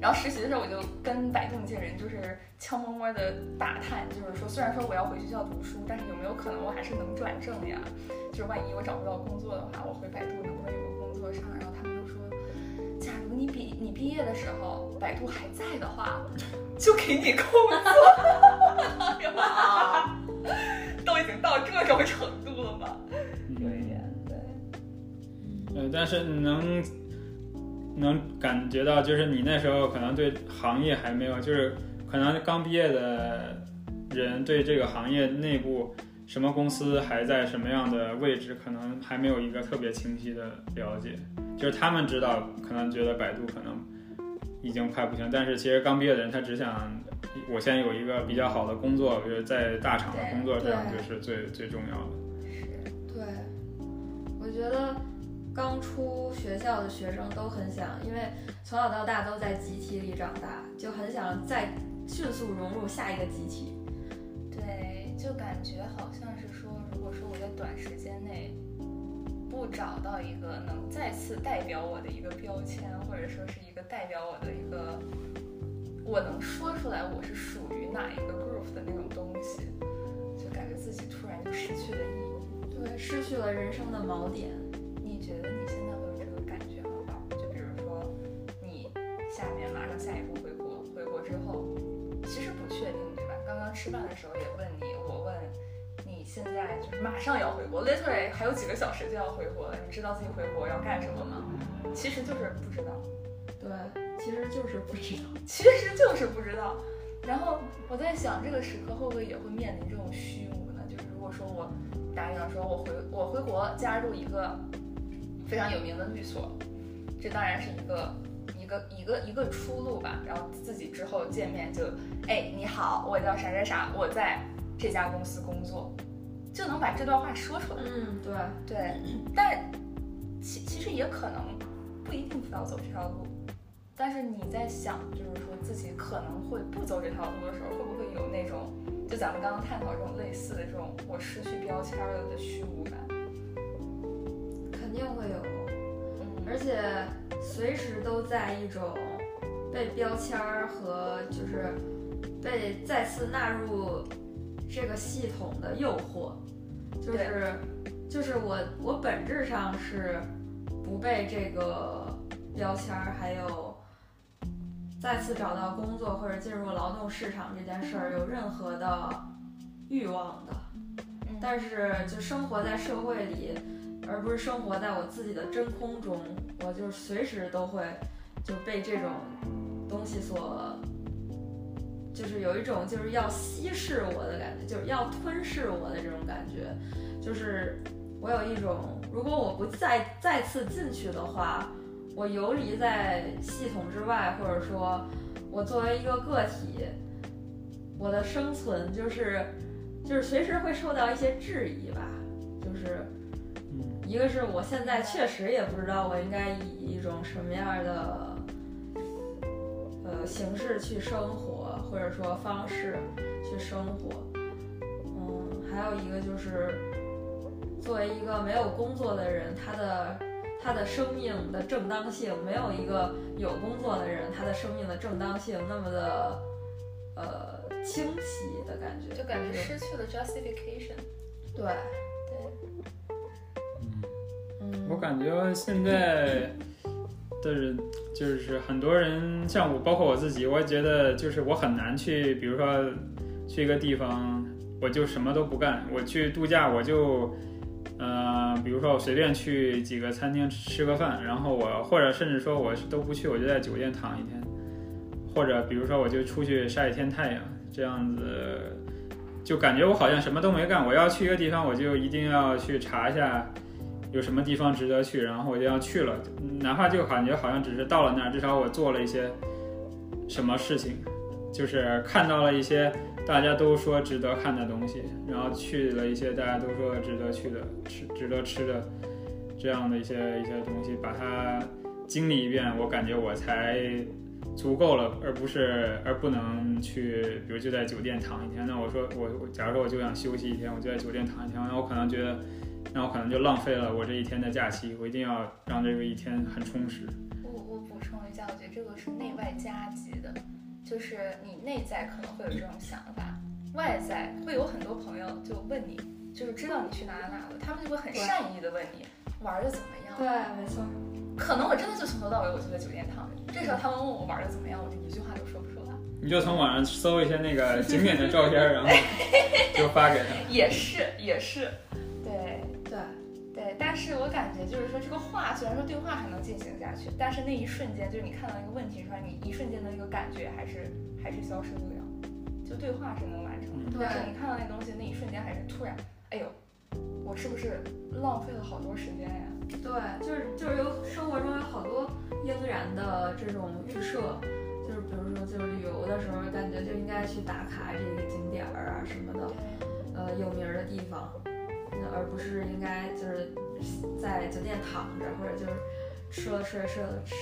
Speaker 1: 然后实习的时候，我就跟百度那些人就是悄摸摸的打探，就是说，虽然说我要回学校读书，但是有没有可能我还是能转正呀？就是万一我找不到工作的话，我回百度能不能有个工作上？然后他们就说，假如你毕你毕业的时候百度还在的话，就给你工作。哎呀妈 都已经到这种程度了吗？有一点，对，
Speaker 2: 呃，但是能能感觉到，就是你那时候可能对行业还没有，就是可能刚毕业的人对这个行业内部什么公司还在什么样的位置，可能还没有一个特别清晰的了解。就是他们知道，可能觉得百度可能已经快不行，但是其实刚毕业的人他只想。我先有一个比较好的工作，比如在大厂的工作，这
Speaker 3: 对
Speaker 2: 样就是最最重要的。
Speaker 3: 对，我觉得刚出学校的学生都很想，因为从小到大都在集体里长大，就很想再迅速融入下一个集体。
Speaker 1: 对，就感觉好像是说，如果说我在短时间内不找到一个能再次代表我的一个标签，或者说是一个代表我的一个，我能说出来我是属于哪一个 group 的那种东西，就感觉自己突然就失去了意义。
Speaker 3: 对，失去了人生的锚点。
Speaker 1: 你觉得你现在会有这个感觉吗？宝就比如说，你下面马上下一步回国，回国之后，其实不确定对吧？刚刚吃饭的时候也问你，我问你现在就是马上要回国，literally 还有几个小时就要回国了，你知道自己回国要干什么吗？其实就是不知道，
Speaker 3: 对，其实就是不知道。
Speaker 1: 其实就是不知道。然后我在想，这个时刻会不会也会面临这种虚无呢？就是如果说我打比方说，我回我回国加入一个非常有名的律所，这当然是一个一个一个一个出路吧。然后自己之后见面就，哎，你好，我叫啥啥啥，我在这家公司工作，就能把这段话说出来。
Speaker 3: 嗯，对，
Speaker 1: 对，但其其实也可能不一定非要走这条路，但是你在想，就是说自己可能会不走这条路的时候，会不会有那种就咱们刚刚探讨这种类似的这种我失去标签了的虚无感？
Speaker 3: 肯定会有，
Speaker 1: 嗯，
Speaker 3: 而且随时都在一种被标签儿和就是被再次纳入这个系统的诱惑，就是就是我我本质上是不被这个标签儿还有。再次找到工作或者进入劳动市场这件事儿有任何的欲望的，但是就生活在社会里，而不是生活在我自己的真空中，我就是随时都会就被这种东西所，就是有一种就是要稀释我的感觉，就是要吞噬我的这种感觉，就是我有一种如果我不再再次进去的话，我游离在系统之外，或者说我作为一个个体，我的生存就是就是随时会受到一些质疑吧，就是
Speaker 2: 嗯，
Speaker 3: 一个是我现在确实也不知道我应该以一种什么样的呃形式去生活，或者说方式去生活。嗯，还有一个就是作为一个没有工作的人，他的他的生命的正当性没有一个有工作的人他的生命的正当性那么的呃清晰的感觉，
Speaker 1: 就感觉
Speaker 3: 是
Speaker 1: 失去了 justification。
Speaker 3: 对，
Speaker 1: 对，
Speaker 3: 嗯，
Speaker 2: 我感觉现在但是就是很多人，像我，包括我自己，我也觉得就是我很难去，比如说去一个地方，我就什么都不干，我去度假，我就呃，比如说我随便去几个餐厅吃个饭，然后我或者甚至说我都不去，我就在酒店躺一天，或者比如说我就出去晒一天太阳，这样子。就感觉我好像什么都没干，我要去一个地方，我就一定要去查一下有什么地方值得去，然后我就要去了，哪怕就感觉好像只是到了那儿，至少我做了一些什么事情，就是看到了一些大家都说值得看的东西，然后去了一些大家都说值得去的、吃值得吃的这样的一些一些东西，把它经历一遍，我感觉我才足够了，而不是而不能去，比如就在酒店躺一天。那我说我我，假如说我就想休息一天，我就在酒店躺一天，那我可能觉得，那我可能就浪费了我这一天的假期。我一定要让这个一天很充实。
Speaker 1: 我我补充一下，我觉得这个是内外夹击的，就是你内在可能会有这种想法，外在会有很多朋友就问你，就是知道你去哪哪哪了，他们就会很
Speaker 3: 对
Speaker 1: 善意的问你玩的怎么样。
Speaker 3: 对，没错，
Speaker 1: 可能我真的就从头到尾我就在酒店躺着，这时候他们问我玩的怎么样，我就一句话都说不出来。
Speaker 2: 你就从网上搜一些那个景点的照片，然后就发给他。
Speaker 1: 也是也是，对
Speaker 3: 对，
Speaker 1: 对，但是我感觉就是说这个话虽然说对话还能进行下去，但是那一瞬间就是你看到一个问题的时候，你一瞬间的一个感觉还是还是消失不了，就对话是能完成的，
Speaker 2: 嗯
Speaker 1: 但是你看到那东西那一瞬间还是突然，哎呦，我是不是浪费了好多时间呀？
Speaker 3: 对，就是就是有生活中有好多应然的这种预设，就是比如说就是旅游的时候，感觉就应该去打卡这个景点儿啊什么的，呃有名儿的地方，那而不是应该就是在酒店躺着，或者就是吃了睡睡了吃，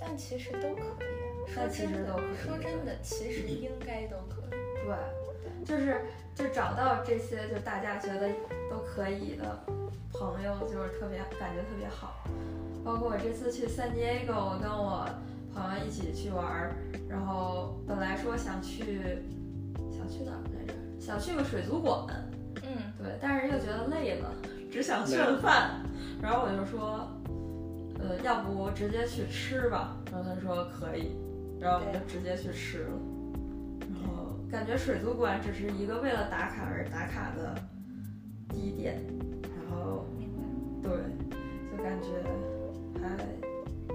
Speaker 1: 但其实都可以啊，说
Speaker 3: 但其
Speaker 1: 真
Speaker 3: 实
Speaker 1: 的
Speaker 3: 都可以，
Speaker 1: 说真的，其实应该都可以。
Speaker 3: 对，就是就找到这些就大家觉得都可以的朋友，就是特别感觉特别好。包括我这次去 San Diego，我跟我朋友一起去玩儿，然后本来说想去想去哪儿来着，想去个水族馆，
Speaker 1: 嗯，
Speaker 3: 对，但是又觉得累了，只想吃顿饭。然后我就说，呃，要不直接去吃吧。然后他说可以，然后我们就直接去吃了。然后感觉水族馆只是一个为了打卡而打卡的地点，然后
Speaker 1: 明白。
Speaker 3: 对，就感觉还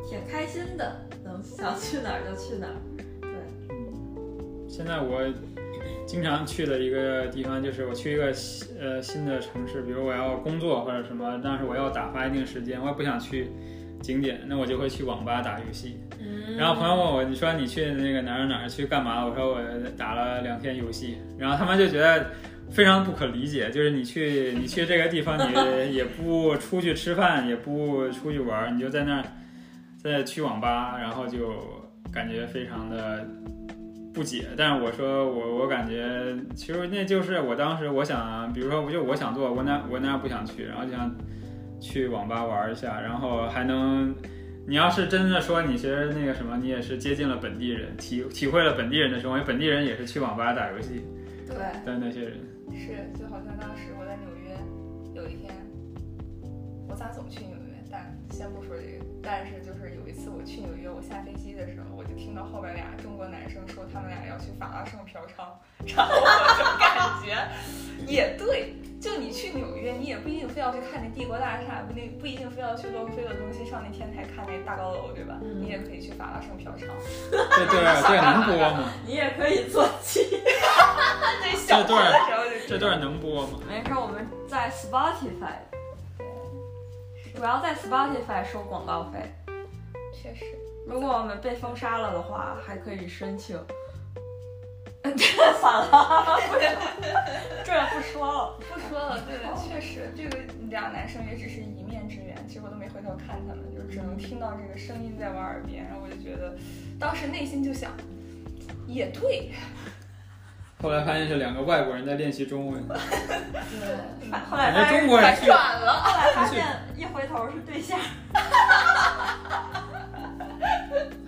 Speaker 3: 挺开心的，能想去哪儿就去哪儿。对，
Speaker 2: 嗯现在我经常去的一个地方就是我去一个新呃新的城市，比如我要工作或者什么，但是我要打发一定时间，我也不想去景点，那我就会去网吧打游戏。
Speaker 3: 嗯
Speaker 2: 然后朋友问我，你说你去那个哪儿哪儿去干嘛了？我说我打了两天游戏。然后他们就觉得非常不可理解，就是你去 你去这个地方，你也不出去吃饭，也不出去玩儿，你就在那儿在去网吧，然后就感觉非常的不解。但是我说我我感觉其实那就是我当时我想，比如说我就我想做，我那我那不想去，然后就想去网吧玩一下，然后还能。你要是真的说你其实那个什么，你也是接近了本地人，体体会了本地人的生活，因为本地人也是去网吧打游戏
Speaker 3: 对，
Speaker 2: 的那些人。
Speaker 1: 是，就好像当时我在纽约，有一天，我咋总去纽约？但先不说这个，但是就是有一次我去纽约，我下飞机的时候，我就听到后边俩中国男生说他们俩要去法拉盛嫖娼，然后我就感觉也对，就你去纽约，你也不一定非要去看那帝国大厦，不定不一定非要去洛克菲勒中心上那天台看那大高楼，对吧？
Speaker 3: 嗯
Speaker 1: 你也可以去法拉盛嫖 娼，
Speaker 2: 这段这啊能播吗？
Speaker 3: 你也可以做 起。
Speaker 1: 对，小
Speaker 2: 这
Speaker 1: 学的
Speaker 2: 段
Speaker 1: 时候就知
Speaker 2: 这
Speaker 1: 道
Speaker 2: 段能播吗？
Speaker 3: 没事，我们在 Spotify，主要在 Spotify 收广告费。
Speaker 1: 确实。
Speaker 3: 如果我们被封杀了的话，还可以申请。 反了，不是这不说了。
Speaker 1: 不说了，对哦对，确实，这个俩男生也只是一面之缘，其实我都没回头看他们，就是只能听到这个声音在我耳边，然后我就觉得，当时内心就想，也对，
Speaker 2: 后来发现是两个外国人在练习中文，
Speaker 1: 嗯
Speaker 3: 对，反后来
Speaker 2: 感
Speaker 3: 发
Speaker 2: 觉
Speaker 3: 现
Speaker 2: 中国人
Speaker 1: 反
Speaker 2: 去
Speaker 1: 转了，
Speaker 3: 后来发现一回头是对象。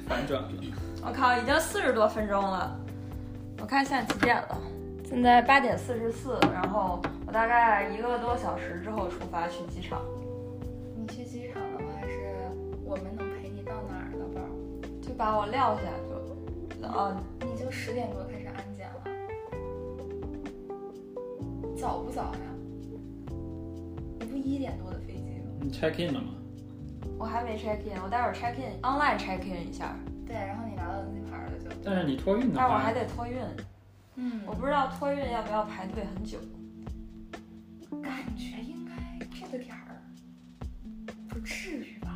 Speaker 2: 反转了。
Speaker 3: 我靠，已经四十多分钟了，我看现在几点了？现在八点四十四，然后我大概一个多小时之后出发去机场。
Speaker 1: 你去机场的话是，我们能陪你到
Speaker 3: 把我撂下就，啊，
Speaker 1: 你就十点多开始安检了，早不早呀？你不一点多的飞机吗？
Speaker 2: 你 check in 了吗？
Speaker 3: 我还没 check in，我待会儿 check in online check in 一下，
Speaker 1: 对，然后你拿到登机牌了就，
Speaker 2: 但是你托运的
Speaker 3: 但啊是我
Speaker 2: 话
Speaker 3: 还，得托运，
Speaker 1: 嗯
Speaker 3: 我不知道托运要不要排队很久。
Speaker 1: 感觉应该这个点儿不至于吧？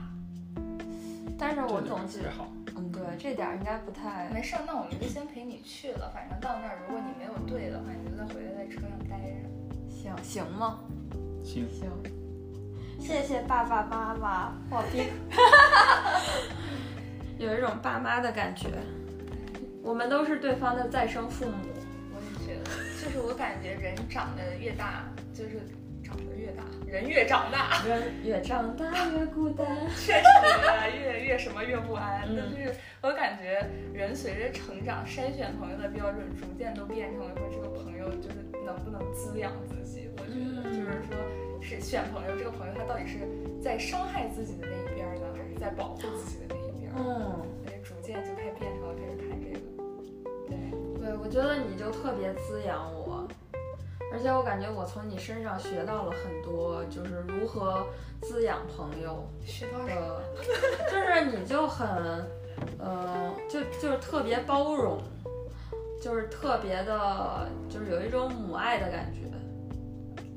Speaker 3: 但是
Speaker 2: 这
Speaker 3: 我
Speaker 2: 点
Speaker 3: 总觉
Speaker 2: 还好。
Speaker 3: 嗯，对，这点儿应该不太
Speaker 1: 没事儿，那我们就先陪你去了。反正到那儿，如果你没有对的话，你就再回来在车上待着。
Speaker 3: 行，行吗？
Speaker 2: 行，
Speaker 3: 行，谢谢爸爸妈妈，我逼， 有一种爸妈的感觉。我们都是对方的再生父母，
Speaker 1: 我也觉得，就是我感觉人长得越大，就是长得越大，人越长大，
Speaker 3: 人越长大越孤单。
Speaker 1: 确实啊越越什么越不安。
Speaker 3: 嗯
Speaker 1: 但就是我感觉人随着成长，筛选朋友的标准逐渐都变成了说这个朋友就是能不能滋养自己。我觉得
Speaker 3: 嗯
Speaker 1: 就是说。是选朋友，这个朋友他到底是在伤害自己的那一边儿呢，还是在保护自己的那一边儿？
Speaker 3: 嗯，
Speaker 1: 但是逐渐就开始变成了开始看这个。对，
Speaker 3: 对，我觉得你就特别滋养我，而且我感觉我从你身上学到了很多，就是如何滋养朋友。
Speaker 1: 学到啥？
Speaker 3: 呃，就是你就很，呃，就就是特别包容，就是特别的，就是有一种母爱的感觉，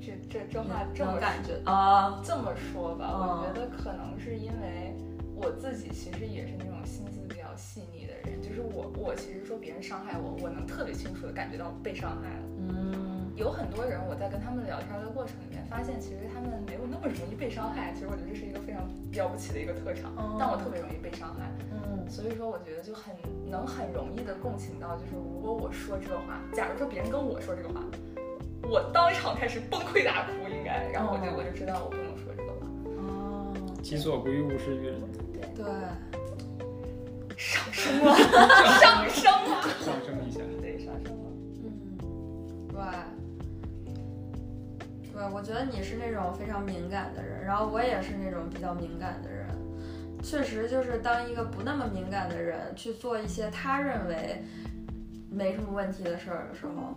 Speaker 1: 这这这话这
Speaker 3: 种
Speaker 1: 么
Speaker 3: 嗯感觉啊，
Speaker 1: 这么说吧，
Speaker 3: 嗯
Speaker 1: 我觉得可能是因为我自己其实也是那种心思比较细腻的人，就是我我其实说别人伤害我，我能特别清楚的感觉到被伤害了。
Speaker 3: 嗯，
Speaker 1: 有很多人我在跟他们聊天的过程里面，发现其实他们没有那么容易被伤害。其实我觉得这是一个非常了不起的一个特长，
Speaker 3: 哦
Speaker 1: 但我特别容易被伤害。
Speaker 3: 嗯，
Speaker 1: 所以说，我觉得就很能很容易的共情到，就是如果我说这个话，假如说别人跟我说这个话，我当场开始崩溃大哭，应该，然后我就
Speaker 3: 哦
Speaker 1: 我就知道我不能说这个话。
Speaker 3: 哦，
Speaker 2: 己所不欲，勿施于人。
Speaker 3: 对，
Speaker 1: 上升了， 上升了，
Speaker 2: 上升一下，
Speaker 1: 对，上升了。
Speaker 3: 嗯，对，对，我觉得你是那种非常敏感的人，然后我也是那种比较敏感的人。确实，就是当一个不那么敏感的人去做一些他认为没什么问题的事儿的时候，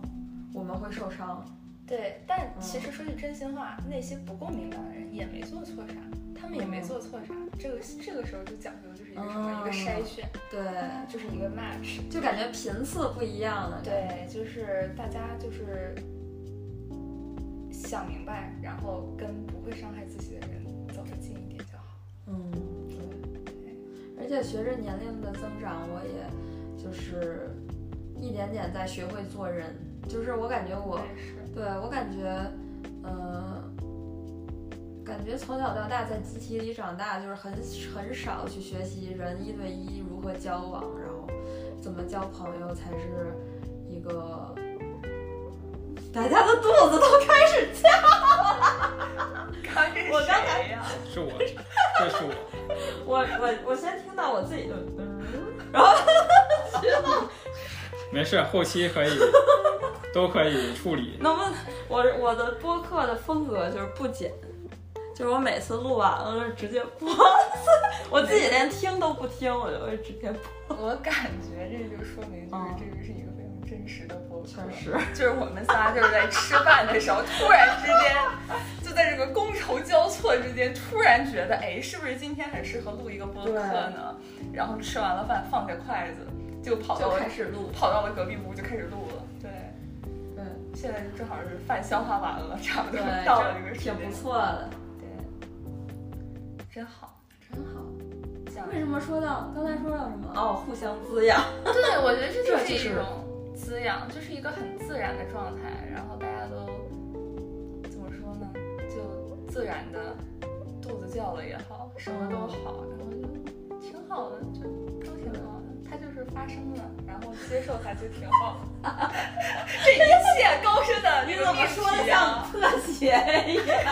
Speaker 3: 我们会受伤。
Speaker 1: 对，但
Speaker 3: 嗯
Speaker 1: 其实说句真心话，那些不够敏感的人也没做错啥，他们也没做错啥。这个这个时候就讲究就是一个什么，一个筛选，
Speaker 3: 对，
Speaker 1: 嗯就是一个 match。
Speaker 3: 就感觉频次不一样了。，
Speaker 1: 对，就是大家就是想明白，然后跟不会伤害自己的人走得近一点就好。
Speaker 3: 嗯，
Speaker 1: 对，
Speaker 3: 而且随着年龄的增长，我也就是一点点在学会做人。就是我感觉我
Speaker 1: 我也是。
Speaker 3: 对我感觉，呃，感觉从小到大在集体里长大，就是很很少去学习人一对一如何交往，然后怎么交朋友才是一个。大家的肚子都开始叫，
Speaker 1: 看这是
Speaker 3: 我刚才
Speaker 1: 谁呀？
Speaker 2: 是我，这是我。
Speaker 3: 我我我先听到我自己的，嗯，
Speaker 2: 没事，后期可以，都可以处理。
Speaker 3: 能不能我我的播客的风格就是不剪，就是我每次录完了直接播， 我自己连听都不听，我就会直接播。
Speaker 1: 我感觉这就说明，就是
Speaker 3: 嗯
Speaker 1: 这个是一个非常真实的播客。
Speaker 3: 实，
Speaker 1: 就是我们仨就是在吃饭的时候，突然之间就在这个觥筹交错之间，突然觉得，哎，是不是今天很适合录一个播客呢？然后吃完了饭，放下筷子，就跑到
Speaker 3: 就开始录。
Speaker 1: 跑到了隔壁屋，就开始录了。对，
Speaker 3: 对
Speaker 1: 现在正好是饭消化完了，差不多
Speaker 3: 对，
Speaker 1: 到了这个时
Speaker 3: 挺
Speaker 1: 间，
Speaker 3: 不错的，
Speaker 1: 对，真好，
Speaker 3: 真好。
Speaker 1: 讲
Speaker 3: 为什么说到刚才说到什么？哦，互相滋养。
Speaker 1: 对，我觉得这
Speaker 3: 这
Speaker 1: 就
Speaker 3: 就是
Speaker 1: 一种滋养，就是一个很自然的状态，然后大家都怎么说呢？就自然的肚子叫了也好，什么都好，然后就挺好的，就都挺好的。它就是发生了，然后接受它就挺好的。 这一切高深 的
Speaker 3: 你
Speaker 1: 这
Speaker 3: 怎
Speaker 1: 个
Speaker 3: 么
Speaker 1: 历
Speaker 3: 说的
Speaker 1: 史
Speaker 3: 像
Speaker 1: 呀，
Speaker 3: 特写一样？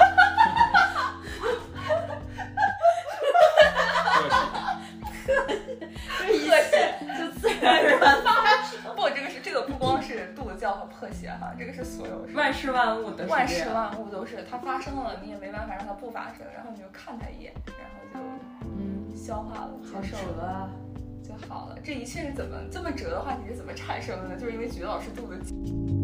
Speaker 3: 就是一切 就自然而然的，
Speaker 1: 不，这个是这个不光是肚子叫和破鞋哈，这个是所有事。
Speaker 3: 万事万物的啊
Speaker 1: 万事万物都是它发生了，你也没办法让它不发生，然后你就看它一眼，然后就
Speaker 3: 嗯，
Speaker 1: 消化了，
Speaker 3: 好
Speaker 1: 接
Speaker 3: 扯
Speaker 1: 受了。
Speaker 3: 啊！
Speaker 1: 就好了。这一切是怎么这么折的话题是怎么产生的呢？就是因为菊老师肚子。